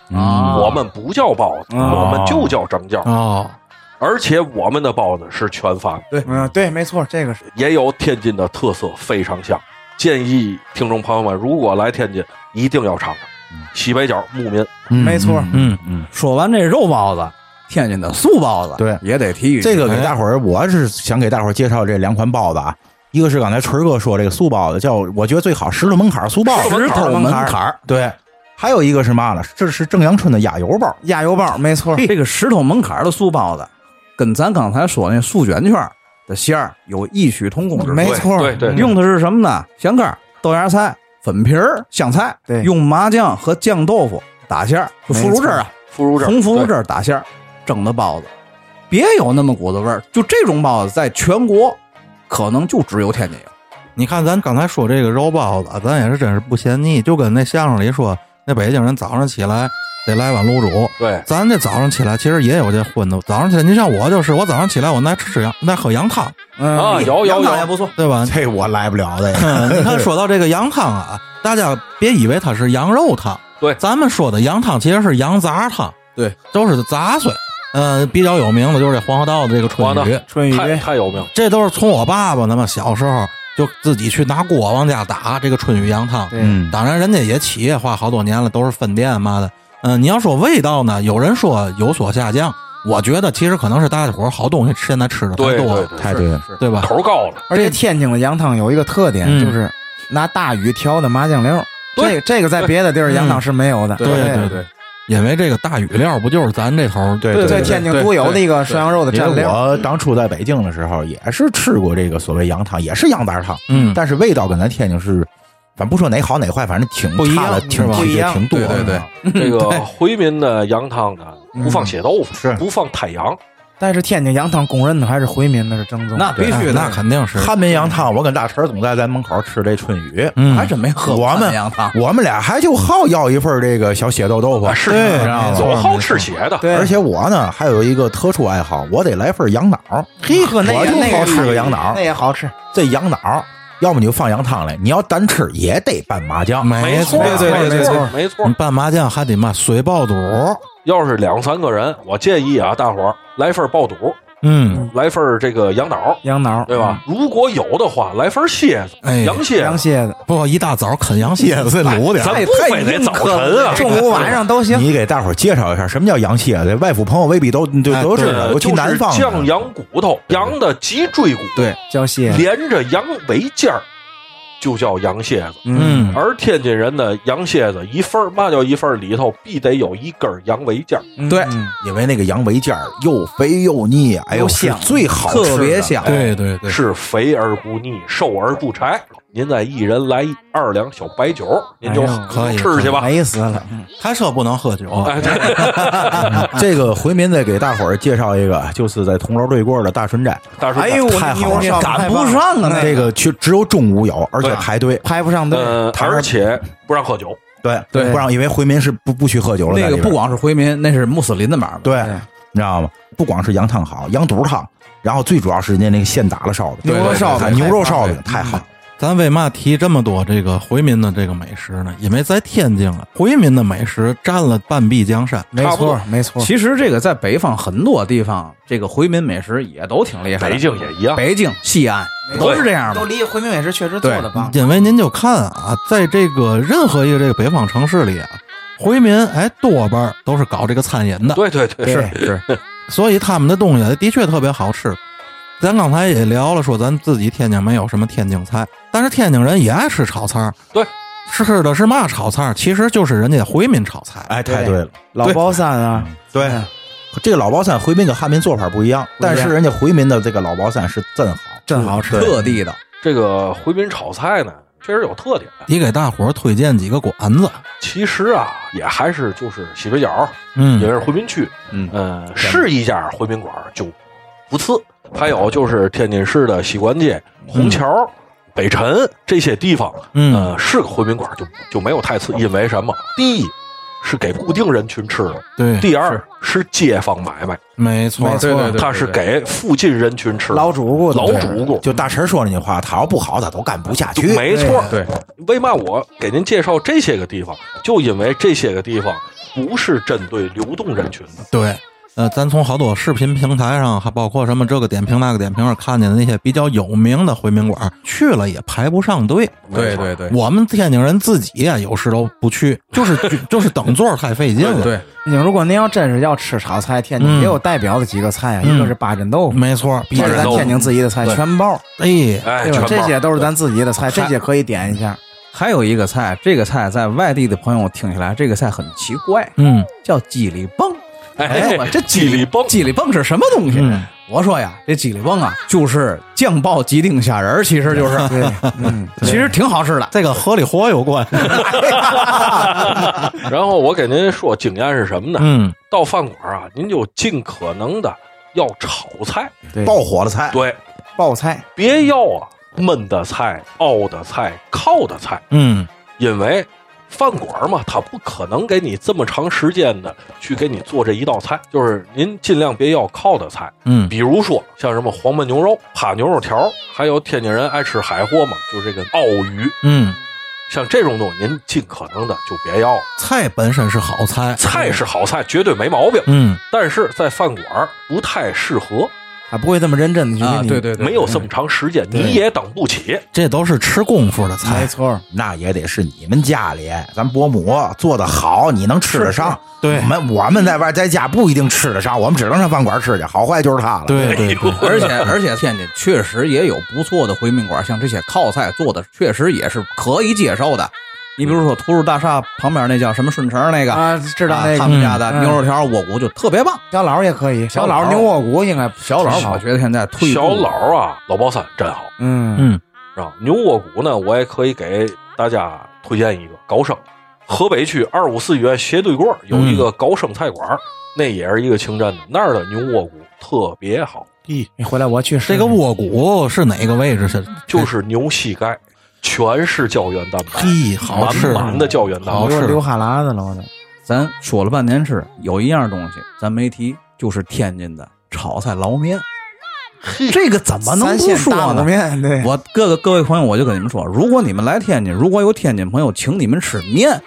Speaker 5: 嗯
Speaker 2: 啊
Speaker 3: 我们不叫包子，
Speaker 5: 啊
Speaker 3: 我们就叫蒸饺，
Speaker 1: 哦，
Speaker 3: 而且我们的包子是全发面，
Speaker 5: 对，嗯，对，没错，这个是
Speaker 3: 也有天津的特色，非常香。建议听众朋友们，如果来天津，一定要尝尝西北角牧民。
Speaker 1: 嗯
Speaker 5: 没错
Speaker 1: 嗯嗯，
Speaker 2: 说完这肉包子，天津的素包子，
Speaker 4: 对
Speaker 2: 也得提一
Speaker 4: 这个
Speaker 5: 哎
Speaker 4: 给大伙儿，我是想给大伙儿介绍这两款包子啊。一个是刚才锤儿哥说这个素包子，叫我觉得最好石头门槛儿素包子，
Speaker 3: 石头
Speaker 2: 门
Speaker 4: 儿
Speaker 2: 槛儿。
Speaker 4: 对，还有一个是嘛呢？这是正阳春的鸭油包，
Speaker 5: 压油包，没错，
Speaker 2: 这个石头门槛儿的素包子，跟咱刚才说那素卷圈儿的馅儿有异曲同工之处。
Speaker 5: 没错，
Speaker 3: 对对
Speaker 2: 用的是什么呢？香干儿、豆芽菜、粉皮儿、香菜，
Speaker 5: 对
Speaker 2: 用麻酱和酱豆腐打馅儿，就腐乳汁儿啊，
Speaker 3: 腐乳汁儿，
Speaker 2: 红腐乳
Speaker 3: 对
Speaker 2: 汁儿打馅儿蒸的包子，别有那么股子味儿。就这种包子，在全国可能就只有天津有。
Speaker 1: 你看咱刚才说这个肉包子，咱也是真是不嫌腻，就跟那相声里说，那北京人早上起来得来碗卤煮。
Speaker 3: 对，
Speaker 1: 咱这早上起来其实也有这荤的，早上起来，你像我就是，我早上起来我爱吃吃羊，爱喝羊汤，
Speaker 5: 嗯
Speaker 3: 啊有有
Speaker 2: 羊汤
Speaker 3: 有
Speaker 2: 也不错，
Speaker 1: 对吧？
Speaker 4: 这我来不了的。
Speaker 1: 嗯， 你看，说到这个羊汤啊，大家别以为它是羊肉汤，
Speaker 3: 对
Speaker 1: 咱们说的羊汤其实是羊杂汤，
Speaker 2: 对，
Speaker 1: 都是杂碎。嗯、比较有名的就是这黄河道的这个春
Speaker 3: 黄河
Speaker 1: 雨
Speaker 3: 道，
Speaker 5: 春雨
Speaker 3: 太太有名了。
Speaker 1: 这都是从我爸爸那么小时候就自己去拿锅往家打这个春雨羊汤。
Speaker 5: 对
Speaker 4: 嗯，
Speaker 1: 当然，人家也企业化好多年了，都是分店嘛的。嗯、你要说味道呢，有人说有所下降，我觉得其实可能是大家伙儿好东西现在吃的太
Speaker 3: 对
Speaker 1: 多了，
Speaker 3: 对，
Speaker 4: 太
Speaker 3: 是
Speaker 4: 对了，
Speaker 1: 对吧？
Speaker 3: 头高了。
Speaker 5: 而且天津的羊汤有一个特点，
Speaker 1: 嗯
Speaker 5: 就是拿大禹调的麻酱料儿。
Speaker 3: 对
Speaker 5: 这这个在别的地儿
Speaker 1: 对
Speaker 5: 羊汤是没有的。
Speaker 1: 对对对，因为这个大雨料不就是咱这头儿
Speaker 4: 对
Speaker 5: 在
Speaker 4: 对
Speaker 5: 天津独有的一个涮羊肉的
Speaker 4: 因
Speaker 5: 蘸
Speaker 4: 为
Speaker 5: 料。
Speaker 4: 我当初在北京的时候，也是吃过这个所谓羊汤，也是羊杂汤，
Speaker 1: 嗯
Speaker 4: 但是味道跟咱天津是，咱不说哪好哪坏，反正挺
Speaker 1: 不一样
Speaker 4: 差的，
Speaker 1: 是
Speaker 4: 挺
Speaker 1: 吧
Speaker 4: 挺
Speaker 5: 不一样
Speaker 4: 挺多的。
Speaker 2: 对对
Speaker 3: 这个回民的羊汤呢，不放血豆腐，
Speaker 4: 是
Speaker 3: 不放太羊，
Speaker 5: 但是天津羊汤公认的还是回民的啊是正宗。
Speaker 2: 那必须的，
Speaker 1: 那肯定是，
Speaker 4: 汉民羊汤，我跟大陈总在咱门口吃这春雨，
Speaker 1: 嗯，
Speaker 2: 还真没喝过
Speaker 4: 我们
Speaker 2: 汉阳汤。
Speaker 4: 我们俩还就好要一份儿这个小血豆豆腐
Speaker 3: 啊，是
Speaker 4: 你
Speaker 1: 对
Speaker 4: 知道
Speaker 1: 没
Speaker 4: 吗
Speaker 1: 错
Speaker 3: 总好吃血的。
Speaker 5: 对，
Speaker 4: 而且我呢还有一个特殊爱好，我得来份儿羊脑。
Speaker 5: 嘿呵，那
Speaker 4: 我
Speaker 5: 也
Speaker 4: 就
Speaker 5: 那
Speaker 4: 好
Speaker 5: 也
Speaker 4: 吃个羊脑
Speaker 5: 那也好吃。
Speaker 4: 这羊脑，要么你就放羊汤来，你要单吃也得拌麻酱。
Speaker 1: 没
Speaker 3: 错，
Speaker 1: 对对
Speaker 3: 没
Speaker 5: 对
Speaker 3: 错
Speaker 5: 对，
Speaker 3: 没
Speaker 1: 你
Speaker 3: 错。
Speaker 1: 拌麻酱还得嘛水爆肚，
Speaker 3: 要是两三个人，我建议啊，大伙儿来份爆肚，
Speaker 1: 嗯，
Speaker 3: 来份这个羊脑，
Speaker 5: 羊脑
Speaker 3: 对吧？如果有的话，来份蝎子，
Speaker 1: 哎
Speaker 3: 羊蝎
Speaker 5: 嗯羊
Speaker 3: 子。
Speaker 5: 蝎子，
Speaker 1: 不过一大早啃羊蝎子，再卤点
Speaker 3: 咱
Speaker 1: 儿。
Speaker 5: 太
Speaker 3: 不
Speaker 5: 太
Speaker 3: 非得
Speaker 5: 硬
Speaker 3: 早
Speaker 5: 磕
Speaker 3: 晨啊
Speaker 5: 了中午晚上都行。
Speaker 4: 你给大伙儿介绍一下什么叫羊蝎子，外府朋友未必都就
Speaker 1: 哎
Speaker 4: 都知道，
Speaker 3: 呃
Speaker 4: 尤
Speaker 3: 就
Speaker 4: 其
Speaker 3: 是
Speaker 4: 南方的
Speaker 3: 酱羊骨头，羊的脊椎骨，
Speaker 2: 对
Speaker 5: 叫蝎子，
Speaker 3: 连着羊尾尖儿，就叫羊蝎子。
Speaker 1: 嗯，
Speaker 3: 而天津人的羊蝎子一份儿，嘛叫一份儿？里头必得有一根儿羊尾尖儿。
Speaker 5: 嗯
Speaker 2: 对
Speaker 5: 嗯
Speaker 4: 因为那个羊尾尖儿又肥又腻，哎呦，
Speaker 5: 又
Speaker 4: 是
Speaker 5: 香
Speaker 4: 最好吃的，
Speaker 2: 特别香
Speaker 1: 哎对对对，
Speaker 3: 是肥而不腻，瘦而不柴。您再一人来一二两小白酒，您就
Speaker 5: 哎呦
Speaker 1: 可以
Speaker 3: 吃去吧。
Speaker 5: 美死了。嗯
Speaker 1: 开车不能喝酒，啊
Speaker 3: 哎，对，
Speaker 4: 这个回民再给大伙儿介绍一个，就是在铜楼对过的大哦顺斋，
Speaker 3: 大叔，
Speaker 5: 哎呦，
Speaker 4: 太好了
Speaker 5: 牛上
Speaker 2: 赶不上啊那
Speaker 4: 这个却只有中午有，而且
Speaker 3: 对
Speaker 4: 排队。
Speaker 5: 排不上队。
Speaker 3: 呃，
Speaker 4: 他
Speaker 3: 而且不让喝酒，
Speaker 4: 对
Speaker 5: 对
Speaker 4: 不让，因为回民是不不许喝酒了。在
Speaker 2: 那
Speaker 4: 里
Speaker 2: 个
Speaker 4: 边
Speaker 2: 不光是回民，那是穆斯林的买卖。
Speaker 4: 对
Speaker 5: 对，
Speaker 4: 嗯你知道吗？不光是羊汤好，羊肚汤，然后最主要是人家那个现打了烧饼，
Speaker 5: 牛肉烧饼
Speaker 4: 对对对牛肉烧饼太
Speaker 5: 太棒
Speaker 4: 好
Speaker 5: 了
Speaker 4: 了。
Speaker 1: 咱为嘛提这么多这个回民的这个美食呢？因为在天津啊，回民的美食占了半壁江山。
Speaker 5: 没
Speaker 3: 差不
Speaker 5: 错
Speaker 3: 多，
Speaker 5: 没错。
Speaker 2: 其实这个在北方很多地方，这个回民美食也都挺
Speaker 1: 哎
Speaker 2: 厉害的。
Speaker 3: 北京也一 样。
Speaker 2: 北京、西安都是这样的。
Speaker 5: 离回民美食确实
Speaker 2: 做得
Speaker 5: 棒。
Speaker 1: 因为您就看啊，在这个任何一个这个北方城市里啊，回民哎多半儿都是搞这个餐饮的，
Speaker 3: 对对对，
Speaker 5: 是
Speaker 2: 是，
Speaker 1: 所以他们的东西的确特别好吃。咱刚才也聊了，说咱自己天津没有什么天津菜，但是天津人也爱吃炒菜儿
Speaker 3: 对，
Speaker 1: 吃的是嘛炒菜儿其实就是人家回民炒菜。
Speaker 4: 哎，太对了，
Speaker 5: 老包三啊，
Speaker 4: 对。这个老包三回民跟汉民做法不一样，
Speaker 5: 不一
Speaker 4: 但
Speaker 5: 样
Speaker 4: 是人家回民的这个老包三是真好，
Speaker 5: 真好吃。
Speaker 2: 特地的。
Speaker 3: 这个回民炒菜呢，确实有特点。
Speaker 1: 你给大伙儿推荐几个馆子，
Speaker 3: 其实啊，也还是就是西北角，也
Speaker 1: 嗯，
Speaker 3: 是回民区，
Speaker 2: 嗯
Speaker 3: 呃，是一家回民馆儿就不次。还有就是天津市的西关街、红桥、北辰这些地方，
Speaker 1: 嗯
Speaker 3: 呃，是个回民馆儿就就没有太次，因为什么？第一是给固定人群吃的，
Speaker 1: 对，
Speaker 3: 第二是街坊买卖，
Speaker 1: 没错，
Speaker 5: 没错对
Speaker 3: 它是给附近人群吃的。
Speaker 5: 老主顾的
Speaker 3: 老主顾，
Speaker 4: 就大陈说那句话，他要不好，他都干不下去。
Speaker 3: 没错，
Speaker 2: 对，
Speaker 3: 为嘛我给您介绍这些个地方，就因为这些个地方不是针对流动人群的。
Speaker 1: 对，呃，咱从好多视频平台上，还包括什么这个点评那个点评上看见的那些比较有名的回民馆儿，去了也排不上队。
Speaker 2: 对对对
Speaker 1: 我们天津人自己啊，有时都不去，就是就就是等座儿太费劲了。，
Speaker 2: 对，
Speaker 5: 你如果您要真是要吃炒菜，天津
Speaker 1: 嗯
Speaker 5: 也有代表的几个菜啊，
Speaker 1: 嗯
Speaker 5: 一个是八珍豆腐，
Speaker 1: 没错，比
Speaker 5: 这是
Speaker 3: 八珍
Speaker 5: 咱
Speaker 3: 豆腐
Speaker 5: 天津自己的菜，
Speaker 1: 对
Speaker 5: 全包，
Speaker 1: 哎，
Speaker 3: 哎，
Speaker 5: 对
Speaker 3: 全
Speaker 5: 吧？
Speaker 3: 包
Speaker 5: 这些都是咱自己的菜，这些可以点一下。
Speaker 2: 还有一个菜，这个菜在外地的朋友听起来，这个菜很奇怪，
Speaker 1: 嗯
Speaker 2: 叫鸡里蹦。
Speaker 3: 哎
Speaker 2: 我这
Speaker 3: 鸡里蹦
Speaker 2: 鸡里蹦是什么东西？
Speaker 1: 嗯
Speaker 2: 我说呀，这鸡里蹦啊，就是酱爆鸡丁虾仁儿，其实就是，
Speaker 5: 对，嗯，
Speaker 2: 其实挺好吃的。
Speaker 1: 这个和里活有关。
Speaker 3: 然后我给您说经验是什么呢？
Speaker 1: 嗯，
Speaker 3: 到饭馆啊，您就尽可能的要炒菜，
Speaker 5: 对
Speaker 4: 爆火的菜，
Speaker 3: 对，
Speaker 5: 爆菜，
Speaker 3: 别要啊焖的菜、熬的菜、烤的菜，
Speaker 1: 嗯，
Speaker 3: 因为饭馆嘛，他不可能给你这么长时间的去给你做这一道菜，就是您尽量别要烤的菜，
Speaker 1: 嗯，
Speaker 3: 比如说像什么黄焖牛肉、扒牛肉条，还有天津人爱吃海货嘛，就这个熬鱼，
Speaker 1: 嗯，
Speaker 3: 像这种东西您尽可能的就别要了。
Speaker 1: 菜本身是好菜，
Speaker 3: 菜是好菜，绝对没毛病，
Speaker 1: 嗯，
Speaker 3: 但是在饭馆儿不太适合，
Speaker 5: 还不会这么认真的
Speaker 2: 嗯
Speaker 5: 去给你，
Speaker 2: 啊对
Speaker 3: 没有这么长时间，你也等不起。
Speaker 1: 这都是吃功夫的
Speaker 5: 没
Speaker 1: 菜。
Speaker 5: 错，
Speaker 4: 那也得是你们家里，咱伯母做的好，你能吃得上。
Speaker 1: 对
Speaker 4: 我们我们在外在家不一定吃得上，我们只能上饭馆吃去，好坏就是他了。
Speaker 1: 对对对，
Speaker 2: 而且而且天津确实也有不错的回民馆，像这些靠菜做的确实也是可以接受的。你比如说图书大厦旁边那叫什么顺城那个，
Speaker 5: 啊，知道那
Speaker 2: 啊他
Speaker 5: 个
Speaker 2: 们家的
Speaker 5: 嗯
Speaker 2: 牛肉条窝骨就特别棒。
Speaker 5: 小老儿也可以，
Speaker 2: 小
Speaker 5: 小老
Speaker 2: 老儿
Speaker 5: 儿牛窝骨应该
Speaker 2: 小老儿，
Speaker 5: 好
Speaker 2: 我，觉得现在退步
Speaker 3: 小老，儿啊，老包三真好，
Speaker 5: 嗯，
Speaker 1: 嗯，
Speaker 3: 是吧？牛窝骨呢，我也可以给大家推荐一个高升，河北区二五四医院斜对过有
Speaker 1: 嗯
Speaker 3: 一个高升菜馆儿，那也是一个清真的，那儿的牛窝骨特别好，
Speaker 5: 你回来我去试试
Speaker 1: 这个窝骨是哪个位置？是
Speaker 3: 就是牛膝盖，全是胶原蛋白，
Speaker 1: 嘿，好吃，
Speaker 3: 满满的胶原蛋
Speaker 1: 好
Speaker 3: 白
Speaker 1: 吃。
Speaker 5: 给我流哈喇子了，我都。
Speaker 2: 咱说了半天是有一样东西咱没提，就是天津的炒菜捞面。这个怎么能
Speaker 5: 三
Speaker 2: 不
Speaker 5: 鲜
Speaker 2: 说
Speaker 5: 大卤
Speaker 2: 呢？
Speaker 5: 面，对，
Speaker 2: 我各个各位朋友，我就跟你们说，如果你们来天津，如果有天津朋友请你们吃面，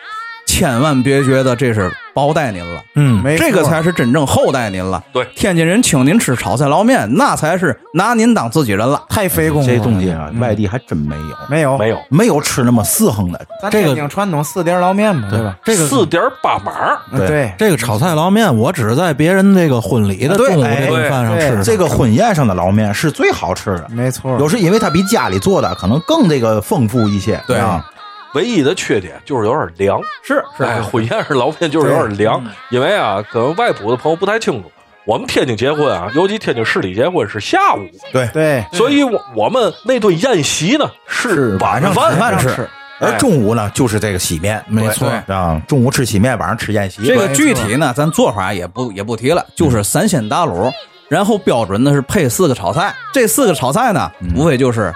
Speaker 2: 千万别觉得这是包带您了，
Speaker 1: 嗯，
Speaker 5: 没错
Speaker 2: 这个才是真正厚待您了。
Speaker 3: 对
Speaker 2: 天津人请您吃炒菜捞面，那才是拿您当自己人了。
Speaker 5: 太费功夫了。
Speaker 4: 这东西啊，
Speaker 5: 嗯
Speaker 4: 外地还真没有，
Speaker 5: 没有
Speaker 3: 没，有
Speaker 4: 没有吃那么四横的。
Speaker 5: 咱
Speaker 1: 这个
Speaker 5: 天津传统四碟捞面嘛，对吧？
Speaker 1: 这个
Speaker 3: 四点八码，
Speaker 5: 嗯对，
Speaker 1: 这个炒菜捞面，我只在别人这个婚礼的中午
Speaker 4: 哎
Speaker 1: 这顿饭上
Speaker 5: 对
Speaker 1: 吃的。
Speaker 4: 这个婚宴上的捞面是最好吃的，
Speaker 5: 没错，
Speaker 4: 有时因为它比家里做的可能更这个丰富一些。
Speaker 2: 对
Speaker 4: 啊，
Speaker 3: 唯一的缺点就是有点凉。
Speaker 2: 是
Speaker 3: 哎，婚宴是老片就是有点凉，因为啊，可能外埔的朋友不太清楚，我们天津结婚啊，尤其天津市里结婚是下午，
Speaker 5: 对
Speaker 3: 所以我我们那顿宴席呢是
Speaker 4: 是
Speaker 3: 晚
Speaker 4: 晚上
Speaker 3: 饭
Speaker 4: 吃饭
Speaker 3: 吃。
Speaker 4: 吃，而中午呢就是这个洗面，
Speaker 1: 没错
Speaker 4: 对啊，中午吃洗面，晚上吃宴席。
Speaker 2: 这个具体呢，咱做法也不也不提了，
Speaker 5: 嗯
Speaker 2: 就是三鲜打卤，然后标准的是配四个炒菜。这四个炒菜呢，
Speaker 5: 嗯
Speaker 2: 无非就是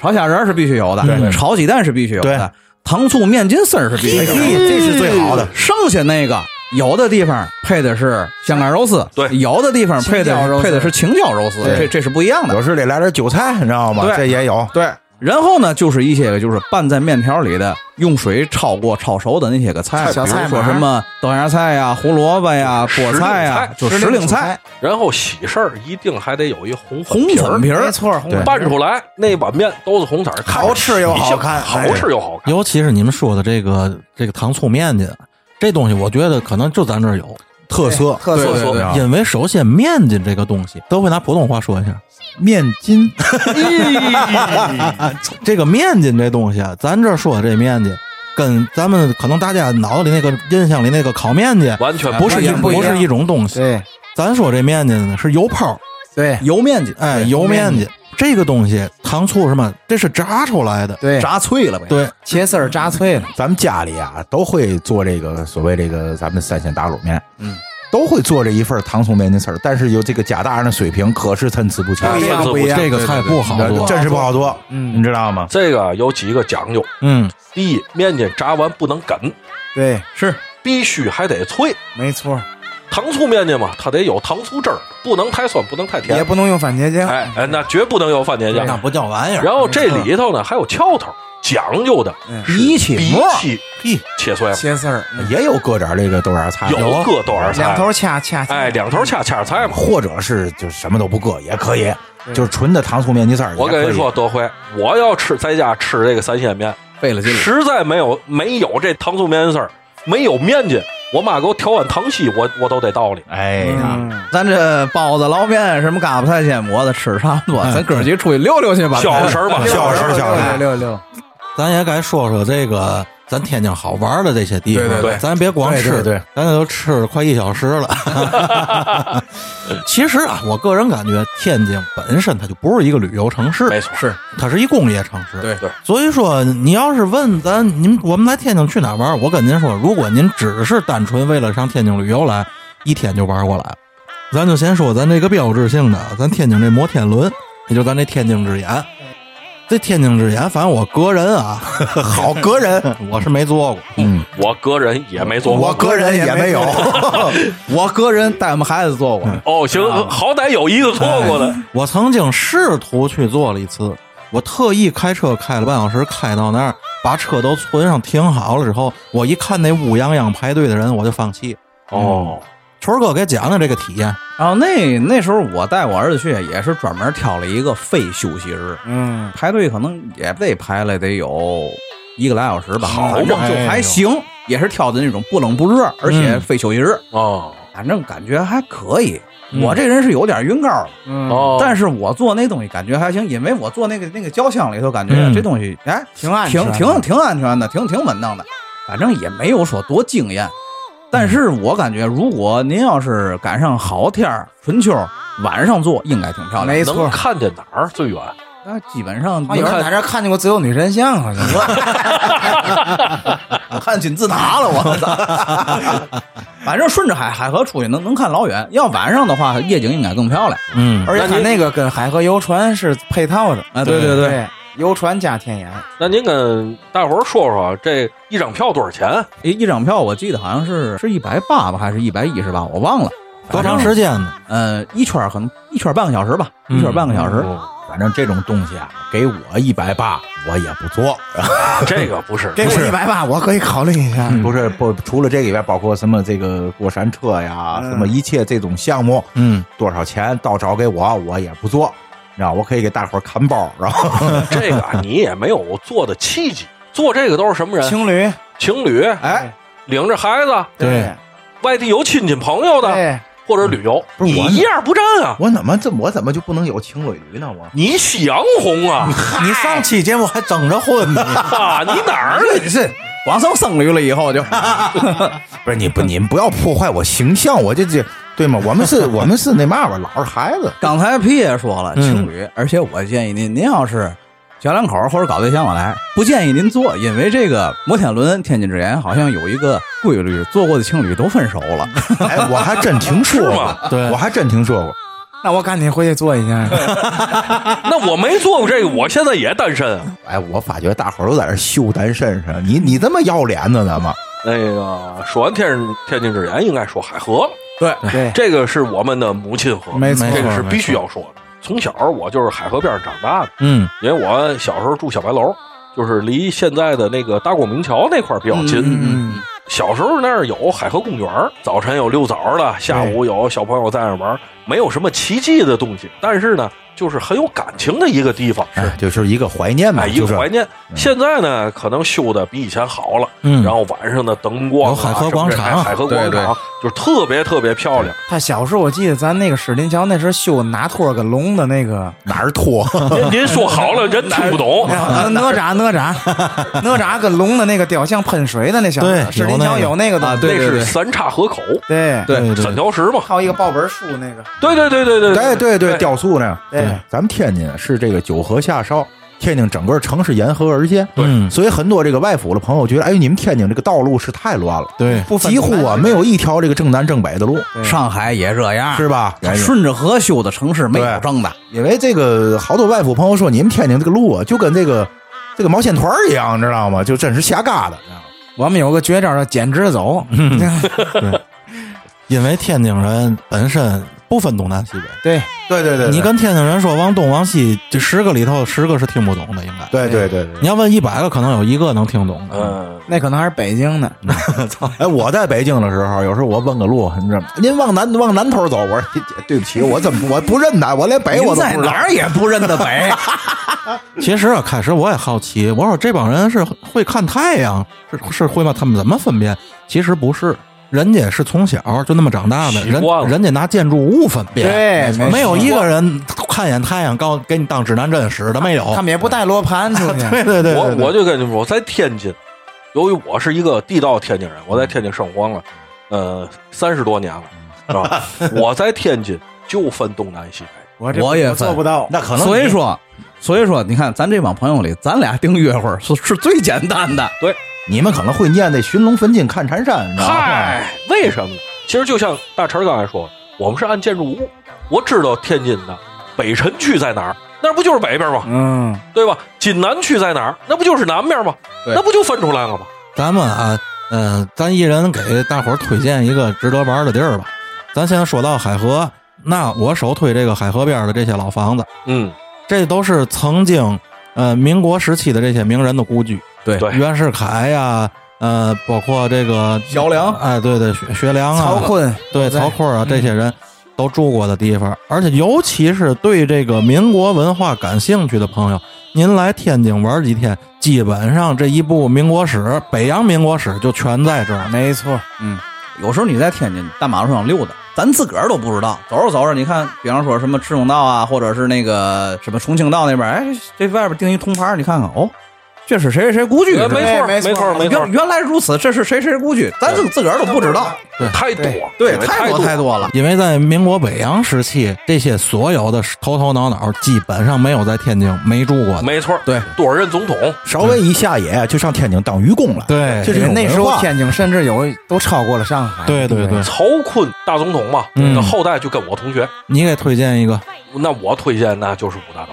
Speaker 2: 炒虾仁儿是必须有的，炒鸡蛋是必须有的
Speaker 4: 对，
Speaker 2: 糖醋面筋丝儿是必须有
Speaker 5: 哎
Speaker 4: 嘿
Speaker 2: 的，
Speaker 4: 这是最好的。
Speaker 2: 剩下那个。有的地方配的是香干肉丝，
Speaker 3: 对
Speaker 2: 有的地方配
Speaker 5: 青椒
Speaker 2: 的
Speaker 5: 肉丝
Speaker 2: 配的是青椒肉丝，
Speaker 4: 对
Speaker 2: 这这是不一样的
Speaker 4: 有。时得来点韭菜，你知道吗
Speaker 2: 对？
Speaker 4: 这也有。对，
Speaker 2: 然后呢，就是一些个就是拌在面条里的，用水焯过、焯熟的那些个菜，
Speaker 5: 小
Speaker 2: 比如
Speaker 5: 菜
Speaker 2: 说
Speaker 5: 码
Speaker 2: 什么豆芽菜呀、胡萝 卜呀、
Speaker 3: 时
Speaker 2: 啊菠
Speaker 3: 令
Speaker 2: 菜呀
Speaker 3: 菜，
Speaker 2: 就
Speaker 5: 时
Speaker 2: 时
Speaker 5: 令
Speaker 2: 令菜
Speaker 5: 菜、
Speaker 3: 然后喜事儿一定还得有一红
Speaker 2: 红
Speaker 3: 皮儿
Speaker 2: 粉，皮
Speaker 5: 没
Speaker 2: 儿。
Speaker 5: 错，红
Speaker 4: 对
Speaker 5: 粉
Speaker 3: 拌出来那碗面都是红色儿，看着
Speaker 5: 好吃又好看
Speaker 3: 好
Speaker 2: 哎
Speaker 3: 吃又好看。
Speaker 1: 尤其是你们说的这个这个糖醋面筋，这东西我觉得可能就咱这儿有，
Speaker 4: 特色
Speaker 5: 特
Speaker 2: 对
Speaker 5: 色
Speaker 2: 对对
Speaker 1: 因为首先面筋这个东西，都会拿普通话说一下。
Speaker 4: 面筋，
Speaker 1: 这个面筋这东西啊，咱这说的这面筋，跟咱们可能大家脑子里那个印象里那个烤面筋
Speaker 3: 完全
Speaker 1: 不是一
Speaker 5: 完全不一
Speaker 1: 不
Speaker 5: 样
Speaker 1: 是一种东西。
Speaker 5: 对
Speaker 1: 咱说这面筋呢是油泡，
Speaker 5: 对
Speaker 2: 油面筋
Speaker 1: 哎，
Speaker 5: 对
Speaker 1: 油面
Speaker 5: 面
Speaker 1: 筋这个东西，糖醋什么，这是炸出来的。
Speaker 5: 对，
Speaker 2: 炸脆了呗。
Speaker 1: 对，
Speaker 5: 茄丝儿炸脆了，
Speaker 4: 咱们家里啊都会做这个所谓这个咱们三鲜打卤面，嗯，都会做这一份糖醋面筋丝儿，但是有这个贾大人的水平可是参差不齐，
Speaker 5: 不一样
Speaker 3: 这
Speaker 5: 不一样，
Speaker 1: 这个菜不好做。
Speaker 4: 真是不好做，
Speaker 5: 嗯
Speaker 4: 你知道吗？
Speaker 3: 这个有几个讲究：
Speaker 1: 嗯，
Speaker 3: 第一，面筋炸完不能梗，
Speaker 5: 对，
Speaker 2: 是
Speaker 3: 必须还得脆。
Speaker 5: 没错，
Speaker 3: 糖醋面筋嘛，它得有糖醋汁儿，不能太酸，不能太
Speaker 5: 也
Speaker 3: 甜。
Speaker 5: 不能用番茄酱，
Speaker 3: 哎哎，那绝不能有番茄酱。
Speaker 1: 那不叫玩意儿。
Speaker 3: 然后这里头呢还有翘头，讲究的
Speaker 5: 嗯
Speaker 3: 是
Speaker 2: 一起
Speaker 3: 鼻
Speaker 2: 磨
Speaker 3: 涕
Speaker 1: 嘿
Speaker 3: 切碎了，
Speaker 5: 切丝儿，嗯
Speaker 4: 也有搁点儿这个豆芽菜，
Speaker 3: 有各豆儿
Speaker 5: 两
Speaker 3: 菜，
Speaker 5: 头掐掐，掐
Speaker 3: 哎，两头恰恰菜嘛。
Speaker 4: 或者是就什么都不搁也可以，
Speaker 5: 对
Speaker 4: 就是纯的糖醋面筋丝儿。
Speaker 3: 我跟
Speaker 4: 也可
Speaker 3: 你
Speaker 4: 以
Speaker 3: 说，，德辉，我要吃在家吃这个三鲜面，
Speaker 2: 费了劲了。
Speaker 3: 实在没有没有这糖醋面筋丝儿，没有面筋，我妈给我调碗糖稀，我我都得倒里。
Speaker 4: 哎呀，
Speaker 5: 嗯
Speaker 2: 咱这包子、捞面什么嘎巴菜、鲜馍的吃差不多，
Speaker 5: 嗯
Speaker 2: 咱哥儿几个出去溜溜去吧。
Speaker 3: 小食儿吧，小
Speaker 4: 小
Speaker 3: 食儿
Speaker 4: 小时
Speaker 5: 六六
Speaker 4: 候
Speaker 5: 六六，
Speaker 1: 咱也该说说这个咱天津好玩的这些地方。
Speaker 2: 对
Speaker 3: 对对
Speaker 1: 咱别光
Speaker 4: 对
Speaker 1: 吃，
Speaker 4: 对对
Speaker 1: 咱这都吃了快一小时了。 其实啊，我个人感觉天津本身它就不是一个旅游城市，
Speaker 3: 没错，是
Speaker 1: 它是一工业城市。
Speaker 2: 对
Speaker 3: 对
Speaker 1: 所以说你要是问咱您我们来天津去哪儿玩儿，我跟您说，如果您只是单纯为了上天津旅游来，一天就玩过来了。咱就先说咱这个标志性的，咱天津这摩天轮，也就咱这天津之眼。这天津之眼，反正我个人啊，好个人，我是没坐过。
Speaker 4: 嗯，
Speaker 3: 我个人也没做过。
Speaker 4: 我个人也哎没有，
Speaker 2: 我个人带我们孩子做过，
Speaker 5: 嗯
Speaker 3: 哦，行，好歹有一个错过的。
Speaker 1: 我曾经试图去坐了一次，我特意开车开了半小时，开到那儿把车都存上停好了之后，我一看那乌泱泱排队的人，我就放弃。
Speaker 3: 哦，
Speaker 1: 春儿哥给讲讲这个体验，
Speaker 2: 然后那那时候我带我儿子去，也是专门挑了一个非休息日，
Speaker 5: 嗯，
Speaker 2: 排队可能也得排了得有一个来小时吧，
Speaker 3: 好
Speaker 2: 反正
Speaker 3: 嘛
Speaker 5: 哎
Speaker 2: 就还行，也是挑的那种不冷不热，
Speaker 5: 嗯
Speaker 2: 而且非休息日，
Speaker 3: 哦，
Speaker 2: 反正感觉还可以。
Speaker 1: 嗯
Speaker 2: 我这人是有点晕高的，
Speaker 5: 嗯，
Speaker 3: 哦，
Speaker 2: 但是我做那东西感觉还行，因为我做那个那个胶箱里头，感觉
Speaker 1: 嗯
Speaker 2: 这东西哎
Speaker 5: 挺安全
Speaker 2: 挺
Speaker 5: 的
Speaker 2: 挺挺安全的，挺挺稳当的，反正也没有说多惊艳。但是我感觉，如果您要是赶上好天儿，春秋晚上做，应该挺漂亮
Speaker 5: 没
Speaker 2: 的。
Speaker 5: 错
Speaker 3: 能，看见哪儿最远？
Speaker 2: 那基本上
Speaker 5: 啊有人在这看见过自由女神像， 好像
Speaker 2: 看金字塔了，我操！ 反正顺着海海河出去能能看老远。要晚上的话，夜景应该更漂亮。
Speaker 1: 嗯，
Speaker 5: 而且
Speaker 3: 那
Speaker 5: 它
Speaker 3: 您
Speaker 5: 那个跟海河游船是配套的
Speaker 2: 啊对对对
Speaker 5: 对，游船加天眼，
Speaker 3: 那您跟大伙儿说说，这一张票多少钱？
Speaker 2: 一一张票我记得好像是是一百八吧，还是一百一十吧，我忘了。
Speaker 1: 多长时间呢？
Speaker 2: 呃，一圈儿可能一圈儿半个小时吧，
Speaker 1: 嗯
Speaker 2: 一圈儿半个小时。
Speaker 4: 反正这种东西啊，给我一百八我也不做，
Speaker 3: 这个不是，
Speaker 5: 给我一百八，我可以考虑一
Speaker 1: 嗯
Speaker 5: 下。
Speaker 4: 不是不除了这个以外，包括什么这个过山车呀，
Speaker 5: 嗯
Speaker 4: 什么一切这种项目，
Speaker 1: 嗯，
Speaker 4: 多少钱到找给我，我也不做。你知道，我可以给大伙儿看包，然后
Speaker 3: 这个啊你也没有做的契机。做这个嗯都是什么人？
Speaker 5: 情侣，
Speaker 3: 情侣，
Speaker 2: 哎，
Speaker 3: 领着孩子，
Speaker 1: 对
Speaker 3: 外地有亲戚朋友的，
Speaker 5: 对，
Speaker 3: 或者旅游，
Speaker 4: 不是
Speaker 3: 你
Speaker 4: 我
Speaker 3: 一样不占啊！
Speaker 4: 我怎么这我怎么就不能有情侣驴呢？我
Speaker 3: 你想红啊？
Speaker 1: 你上期节目还争着混 呢，
Speaker 3: 啊，你哪儿的？
Speaker 2: 是往上僧驴了以后就
Speaker 4: 不是你不你们不要破坏我形象，我这这对吗？我们是我们是那嘛吧，老是孩子，
Speaker 2: 刚才皮也说了
Speaker 1: 嗯
Speaker 2: 情侣，而且我建议您，您要是小两口儿或者搞对象往来，不建议您坐，因为这个摩天轮天津之眼好像有一个规律，坐过的情侣都分手了。
Speaker 4: 哎，我还真听说
Speaker 3: 是吗
Speaker 4: 过，
Speaker 1: 对
Speaker 4: 我还真听说过。
Speaker 5: 那我赶紧回去做一下。
Speaker 3: 那我没做过这个，我现在也单身。啊
Speaker 4: 哎，我发觉大伙儿都在这秀单身上，你你这么要脸呢？咱们
Speaker 3: 那个说完天天津之眼，应该说海河了，
Speaker 2: 对，
Speaker 5: 对，
Speaker 3: 这个是我们的母亲河，
Speaker 5: 哎没错
Speaker 3: 这个是必须要说的。从小我就是海河边上长大的，
Speaker 1: 嗯
Speaker 3: 因为我小时候住小白楼，就是离现在的那个大光明桥那块儿比较近。
Speaker 2: 嗯嗯
Speaker 3: 小时候那儿有海河公园儿，早晨有遛早的，下午有小朋友在那玩儿，没有什么奇迹的东西，但是呢，就是很有感情的一个地方。
Speaker 4: 哎，就是一个怀念嘛，
Speaker 3: 哎，一
Speaker 4: 啊就
Speaker 3: 个
Speaker 4: 是
Speaker 3: 怀念。现在呢，可能修的比以前好了，
Speaker 1: 嗯
Speaker 3: 然后晚上的灯光、啊、
Speaker 1: 有海河广场
Speaker 3: 什么这哎海河广
Speaker 2: 对
Speaker 3: 场就是特别特别漂亮。
Speaker 5: 他小时候我记得咱那个史林桥那时候修拿托跟龙的那个
Speaker 4: 哪儿拖，
Speaker 3: 您您说好了，人听不懂。
Speaker 5: 呃哪哪吒哪吒哪吒跟龙的那个雕像喷水的那小
Speaker 1: 对
Speaker 5: 史林桥有那个的
Speaker 2: 啊对
Speaker 3: 那是三岔河口，
Speaker 5: 对
Speaker 2: 对
Speaker 1: 对
Speaker 3: 三
Speaker 1: 对，
Speaker 3: 条石嘛。
Speaker 5: 靠一个豹纹树那个
Speaker 3: 对对对对对
Speaker 4: 对对对，雕塑呢？
Speaker 5: 对，
Speaker 4: 咱们天津是这个九河下梢，天津整个城市沿河而建，
Speaker 1: 嗯
Speaker 4: 所以很多这个外府的朋友觉得，哎，你们天津这个道路是太乱了，
Speaker 1: 对，
Speaker 5: 不分
Speaker 4: 几乎啊没有一条这个正南正北的路，
Speaker 2: 上海也这样，
Speaker 4: 是吧？
Speaker 2: 它顺着河修的城市没有
Speaker 4: 对
Speaker 2: 正的，
Speaker 4: 因为这个好多外府朋友说，你们天津这个路啊，就跟这个这个毛线团儿一样，你知道吗？就真是瞎嘎的。
Speaker 5: 我们有个绝招叫简直走，
Speaker 1: 因为天津人本身不分东南西北，
Speaker 5: 对，
Speaker 4: 对对对
Speaker 1: 你跟天津人说往东往西，这十个里头十个是听不懂的，应该。
Speaker 4: 对对对对。
Speaker 1: 你要问一百个，可能有一个能听懂的。
Speaker 3: 嗯，
Speaker 5: 那可能还是北京的，
Speaker 4: 哎，我在北京的时候，有时候我问个路，你知道吗？您往南往南头走，我说 这这对不起，我怎么我不认得，我连北
Speaker 2: 您
Speaker 4: 我都
Speaker 2: 在
Speaker 4: 不知道
Speaker 2: 哪。儿也不认得北，
Speaker 1: 其实啊，开始我也好奇，我说这帮人是会看太阳，是是会吗？他们怎么分辨？其实不是，人家是从小就那么长大的，
Speaker 3: 习
Speaker 1: 人
Speaker 3: 惯了
Speaker 1: 人家拿建筑物分辨，
Speaker 5: 对，错
Speaker 1: 没有一个人看一眼太阳告给你当指南针使的，没有。
Speaker 5: 他们也不带罗盘出去，
Speaker 1: 哦对对对，
Speaker 3: 我
Speaker 1: 对对
Speaker 3: 我就跟你们说，我在天津，由于我是一个地道天津人，我在天津生活了，呃，三十多年了，是吧？我在天津就分东南西北，
Speaker 5: 我这
Speaker 2: 我也分
Speaker 5: 做不到，
Speaker 4: 那可能
Speaker 2: 所以说，所以说，你看咱这帮朋友里，咱俩订约会儿是是最简单的，
Speaker 4: 你们可能会念那“寻龙分金看缠山”，你知道吗？
Speaker 3: 嗨，为什么呢？其实就像大陈儿刚才说，我们是按建筑物。我知道天津的北辰区在哪儿，那不就是北边吗？
Speaker 5: 嗯，
Speaker 3: 对吧？锦南区在哪儿，那不就是南边吗？
Speaker 2: 对
Speaker 3: 那不就分出来了吗？
Speaker 1: 咱们啊，嗯、咱一人给大伙儿推荐一个值得玩的地儿吧。咱先说到海河，那我首推这个海河边的这些老房子，
Speaker 3: 嗯，
Speaker 1: 这都是曾经呃民国时期的这些名人的故居，
Speaker 2: 对
Speaker 3: 对
Speaker 1: 袁世凯呀、呃，包括这个
Speaker 2: 小梁
Speaker 1: 哎，对对，学学良啊，
Speaker 5: 曹锟
Speaker 1: 对
Speaker 5: 对
Speaker 1: 曹锟啊，这些人都住过的地方，而且尤其是对这个民国文化感兴趣的朋友，您来天津玩几天，基本上这一部民国史、北洋民国史就全在这儿。
Speaker 5: 没错，
Speaker 2: 有时候你在天津大马路上溜达，咱自个儿都不知道。走着走着，你看，比方说什么赤峰道啊，或者是那个什么重庆道那边，哎，这这外边钉一铜牌儿，你看看，哦，这是谁谁谁故居？
Speaker 3: 呃没错，
Speaker 5: 没
Speaker 3: 没
Speaker 5: 错
Speaker 3: 错，没错
Speaker 2: 原，原来如此，这是谁谁故居？咱自自个儿都不知道。
Speaker 3: 太多，
Speaker 2: 对，
Speaker 3: 因为
Speaker 2: 太
Speaker 3: 多
Speaker 2: 多太多了。
Speaker 1: 因为在民国北洋时期，这些所有的头头脑脑基本上没有在天津没住过的。
Speaker 3: 没错，
Speaker 2: 对，
Speaker 3: 多少任总统，
Speaker 4: 稍微一下野就上天津当愚公了。
Speaker 1: 对
Speaker 4: 这是一种
Speaker 5: 那时
Speaker 4: 文
Speaker 5: 候
Speaker 4: 化
Speaker 5: 天津甚至有都超过了上海，
Speaker 1: 对对对，
Speaker 3: 曹锟大总统嘛，
Speaker 1: 嗯
Speaker 3: 那后代就跟我同学，
Speaker 1: 你给推荐一个，
Speaker 3: 那我推荐那就是五大道，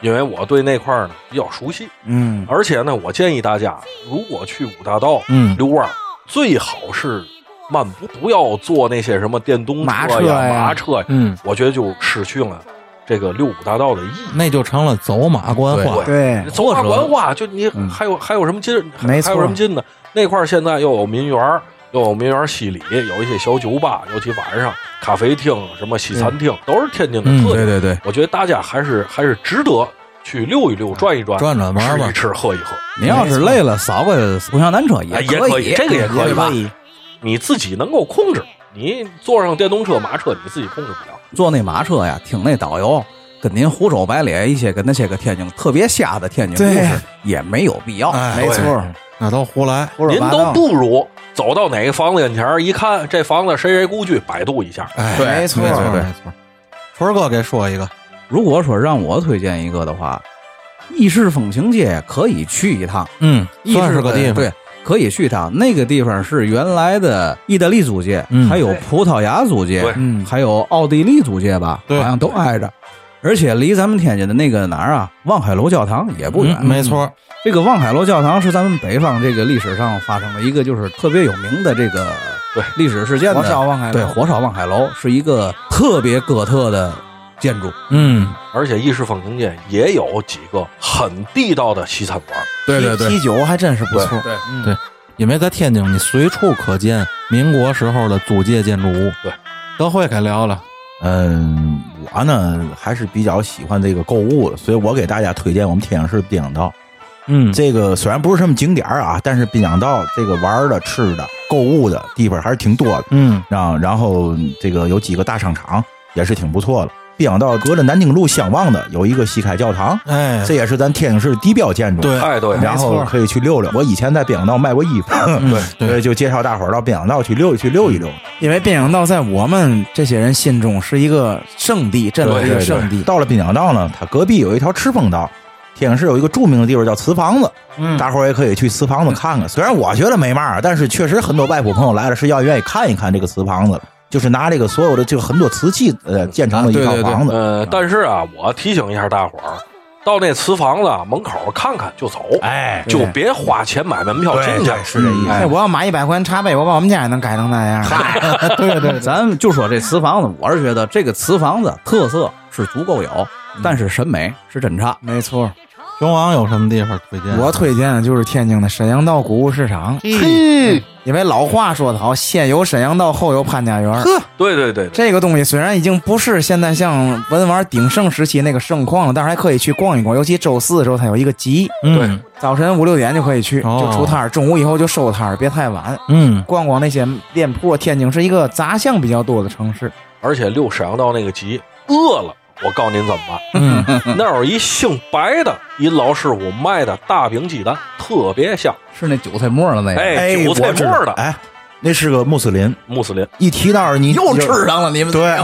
Speaker 3: 因为我对那块儿呢比较熟悉，
Speaker 5: 嗯，
Speaker 3: 而且呢，我建议大家如果去五大道
Speaker 1: 嗯，
Speaker 3: 遛弯儿，最好是漫步，不要坐那些什么电动
Speaker 5: 马
Speaker 3: 车
Speaker 5: 车呀
Speaker 3: 马车呀，
Speaker 1: 嗯，
Speaker 3: 我觉得就失去了这个六五大道的意义。
Speaker 1: 那就成了走马观花。
Speaker 5: 对，
Speaker 3: 走马观花，就你还有还有什么劲儿？还
Speaker 5: 没错
Speaker 3: 还有什么劲呢？那块儿现在又有民园儿，又有民园儿西里，有一些小酒吧，尤其晚上咖啡厅、什么西餐厅，都是天津的
Speaker 1: 嗯
Speaker 3: 特点。
Speaker 2: 对对，
Speaker 3: 我觉得大家还是还是值得去溜一溜、转一转、
Speaker 1: 转转玩
Speaker 3: 吃
Speaker 1: 玩
Speaker 3: 一吃、喝一喝。
Speaker 2: 您要是累了，扫个共享单车
Speaker 3: 哎
Speaker 2: 也
Speaker 3: 也可以这个也可以吧
Speaker 2: 以。
Speaker 3: 你自己能够控制，你坐上电动车、马车，你自己控制不了。
Speaker 2: 坐那马车呀，听那导游跟您胡诌白咧一些，跟那些个天津特别瞎的天津故
Speaker 5: 对
Speaker 2: 事也没有必要。
Speaker 1: 哎，
Speaker 5: 没错，
Speaker 1: 那都胡来。
Speaker 5: 胡说
Speaker 3: 您
Speaker 5: 八
Speaker 3: 都
Speaker 5: 道，
Speaker 3: 不如走到哪个房子跟前儿一看，这房子谁谁故居，百度一下。
Speaker 1: 哎，
Speaker 2: 对
Speaker 5: 没错
Speaker 1: 没错
Speaker 2: 对对
Speaker 1: 没错。屯儿哥给说一个，
Speaker 2: 如果说让我推荐一个的话，意式风情街可以去一趟，
Speaker 1: 嗯，
Speaker 2: 意
Speaker 1: 算
Speaker 2: 式
Speaker 1: 是个地方。
Speaker 2: 对，可以去一趟。那个地方是原来的意大利租界，
Speaker 1: 嗯
Speaker 2: 还有葡萄牙租界，
Speaker 3: 对
Speaker 5: 嗯，
Speaker 2: 还有奥地利租界吧，
Speaker 1: 对
Speaker 2: 好像都挨着。而且离咱们天津的那个哪儿啊，望海楼教堂也不远。
Speaker 1: 嗯没错，
Speaker 2: 这个望海楼教堂是咱们北方这个历史上发生的一个就是特别有名的这个
Speaker 3: 对
Speaker 2: 历史事件的
Speaker 5: 火烧望海楼
Speaker 2: 对，火烧望海楼是一个特别哥特的建筑，
Speaker 1: 嗯，
Speaker 3: 而且意式风情街也有几个很地道的西餐馆儿，
Speaker 2: 对对
Speaker 5: 啤
Speaker 2: 对，
Speaker 5: 啤酒还真是不错，
Speaker 2: 对
Speaker 1: 因为在天津，你随处可见民国时候的租界建筑物。
Speaker 3: 对，
Speaker 1: 德惠给聊聊，
Speaker 4: 嗯，我呢还是比较喜欢这个购物的，所以我给大家推荐我们天津市滨江道。
Speaker 1: 嗯，
Speaker 4: 这个虽然不是什么景点儿啊，但是滨江道这个玩儿的、吃的、购物的地方还是挺多的。
Speaker 1: 嗯
Speaker 4: 啊，然后这个有几个大商场也是挺不错的。滨江道隔着南京路相望的有一个西开教堂，
Speaker 1: 哎，
Speaker 4: 这也是咱天津市地标建筑。
Speaker 1: 对
Speaker 3: 哎，对，
Speaker 4: 然后可以去溜溜。我以前在滨江道卖过衣服，
Speaker 1: 对
Speaker 4: 所以就介绍大伙儿到滨江道去溜去溜一溜。
Speaker 5: 因为滨江道在我们这些人心中是一个圣地，真的是一个圣地。
Speaker 4: 到了滨江道呢，它隔壁有一条赤峰道。天津市有一个著名的地方叫祠房子，
Speaker 1: 嗯
Speaker 4: 大伙儿也可以去祠房子看看。虽然我觉得没嘛，但是确实很多外国朋友来了是要愿意看一看这个祠房子的，就是拿这个所有的这个很多瓷器呃建成的一
Speaker 5: 啊
Speaker 4: 套
Speaker 5: 对对对
Speaker 4: 房子。
Speaker 3: 呃，但是啊，我提醒一下大伙儿，到那瓷房子啊门口看看就走，
Speaker 4: 哎，
Speaker 3: 就别花钱买门票进去，
Speaker 4: 是这意思。
Speaker 5: 哎，我要买一百块钱茶杯，我把我们家也能改成那样。
Speaker 1: 对对，
Speaker 2: 咱们就说这瓷房子，我是觉得这个瓷房子特色是足够有，但是审美是真差。
Speaker 5: 没错，
Speaker 1: 熊王有什么地方推荐？
Speaker 5: 我推荐的就是天津的沈阳道古物市场，
Speaker 2: 嗯
Speaker 1: 嘿，
Speaker 5: 因为老话说得好，先有沈阳道，后有潘家园。
Speaker 3: 对对对，对
Speaker 5: 这个东西虽然已经不是现在像文玩鼎盛时期那个盛况了，但是还可以去逛一逛。尤其周四的时候，它有一个集，
Speaker 1: 嗯
Speaker 5: 早晨五六点就可以去，
Speaker 1: 哦
Speaker 5: 就出摊儿，中午以后就收摊儿，别太晚。
Speaker 1: 嗯，
Speaker 5: 逛逛那些店铺，天津是一个杂项比较多的城市。
Speaker 3: 而且溜沈阳道那个集，饿了。我告诉您怎么办？
Speaker 1: 嗯，
Speaker 3: 那儿有一姓白的，一老师傅卖的大饼鸡蛋，特别香。
Speaker 2: 是那韭菜末了那
Speaker 3: 哎
Speaker 4: 哎，
Speaker 3: 韭菜
Speaker 4: 我知
Speaker 3: 末儿
Speaker 4: 道
Speaker 3: 的
Speaker 4: 哎，那是个穆斯林。
Speaker 3: 穆斯林，
Speaker 4: 一提到你
Speaker 2: 又
Speaker 4: 你就
Speaker 2: 吃上了你们。
Speaker 4: 对，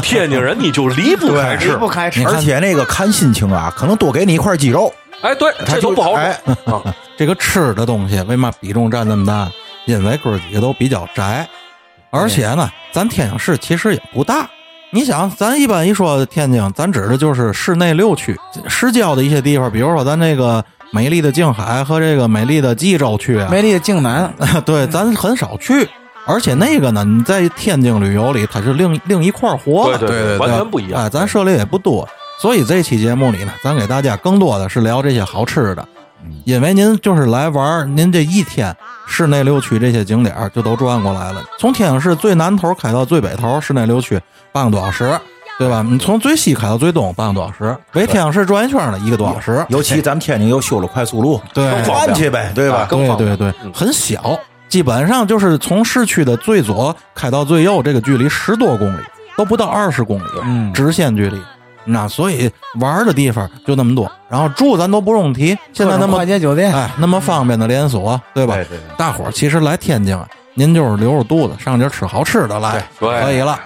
Speaker 3: 天津人你就离不开
Speaker 5: 离
Speaker 3: 吃。
Speaker 5: 不开吃，
Speaker 4: 而且那个看心情啊，可能多给你一块鸡肉，
Speaker 3: 哎，对，
Speaker 4: 他
Speaker 3: 这
Speaker 4: 就
Speaker 3: 都不好
Speaker 4: 哎
Speaker 3: 说。啊
Speaker 1: 这个吃的东西为嘛比重占那么大？因为哥儿几个都比较宅，而且呢，咱天津市其实也不大。你想，啊咱一般一说天津，咱指的就是市内六区、市郊的一些地方，比如说咱这个美丽的静海和这个美丽的蓟州区啊，
Speaker 5: 美丽的靖南，
Speaker 1: 对，咱很少去。而且那个呢，你在天津旅游里，它是另另一块儿活
Speaker 3: 对
Speaker 1: 了，
Speaker 2: 对对
Speaker 3: 完全不一样。
Speaker 1: 哎，咱涉猎也不多，所以这期节目里呢，咱给大家更多的是聊这些好吃的，因为您就是来玩儿，您这一天市内六区这些景点儿就都转过来了，从天津市最南头开到最北头，市内六区半个多小时，对吧？你从最西开到最东半个多小时，围天津市转一圈呢一个多小时，
Speaker 4: 尤其咱们天津又修了快速路，
Speaker 1: 对
Speaker 3: 更方便
Speaker 4: 转去呗，对吧？
Speaker 3: 更方
Speaker 1: 对对对
Speaker 3: 嗯，
Speaker 1: 很小，基本上就是从市区的最左开到最右，这个距离十多公里，都不到二十公里，
Speaker 5: 嗯
Speaker 1: 直线距离。那所以玩的地方就那么多，然后住咱都不用提，现在那
Speaker 5: 各种
Speaker 1: 么
Speaker 5: 快捷酒店，
Speaker 1: 哎那么方便的连锁，对吧？
Speaker 4: 对对
Speaker 1: 大伙儿其实来天津啊，您就是留着肚子上这儿吃好吃的来，
Speaker 3: 对
Speaker 1: 可以了，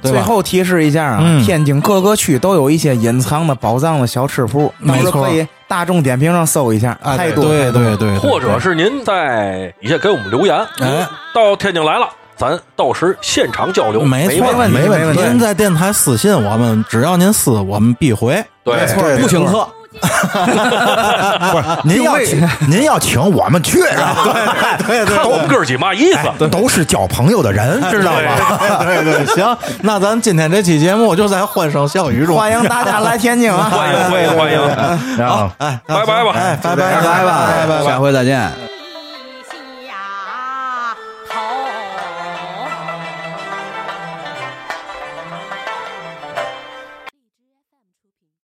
Speaker 1: 对
Speaker 5: 最
Speaker 1: 吧？
Speaker 5: 后提示一下啊，
Speaker 1: 嗯
Speaker 5: 天津各个区都有一些隐藏的宝藏的小吃铺，到
Speaker 1: 没
Speaker 5: 时候
Speaker 1: 错
Speaker 5: 可以大众点评上搜一下，
Speaker 1: 哎，
Speaker 5: 太
Speaker 1: 对
Speaker 5: 多
Speaker 1: 对
Speaker 5: 太多
Speaker 1: 对对，
Speaker 3: 或者是您在底下给我们留言，
Speaker 1: 哎，
Speaker 3: 到天津来了，咱到时现场交流。
Speaker 1: 没错，
Speaker 5: 问题
Speaker 4: 没问题
Speaker 5: 没问
Speaker 1: 您在电台私信我们，只要您私，我们必回。
Speaker 3: 对，
Speaker 4: 没错，
Speaker 2: 不请 客，
Speaker 4: 不是您要请您要请我 们去，是吧对
Speaker 3: 看我们哥儿几嘛意思。
Speaker 4: 对，都是交朋友的人，知道吧？
Speaker 1: 对对，行，那咱今天这期节目就在欢声笑语中，
Speaker 5: 欢迎大家来天 津啊！
Speaker 3: 欢迎欢迎欢迎，
Speaker 4: 然后。
Speaker 1: 哎，
Speaker 3: 拜拜吧
Speaker 1: 哎，拜拜，拜
Speaker 5: 拜
Speaker 1: 拜，拜拜。
Speaker 2: 下回再见。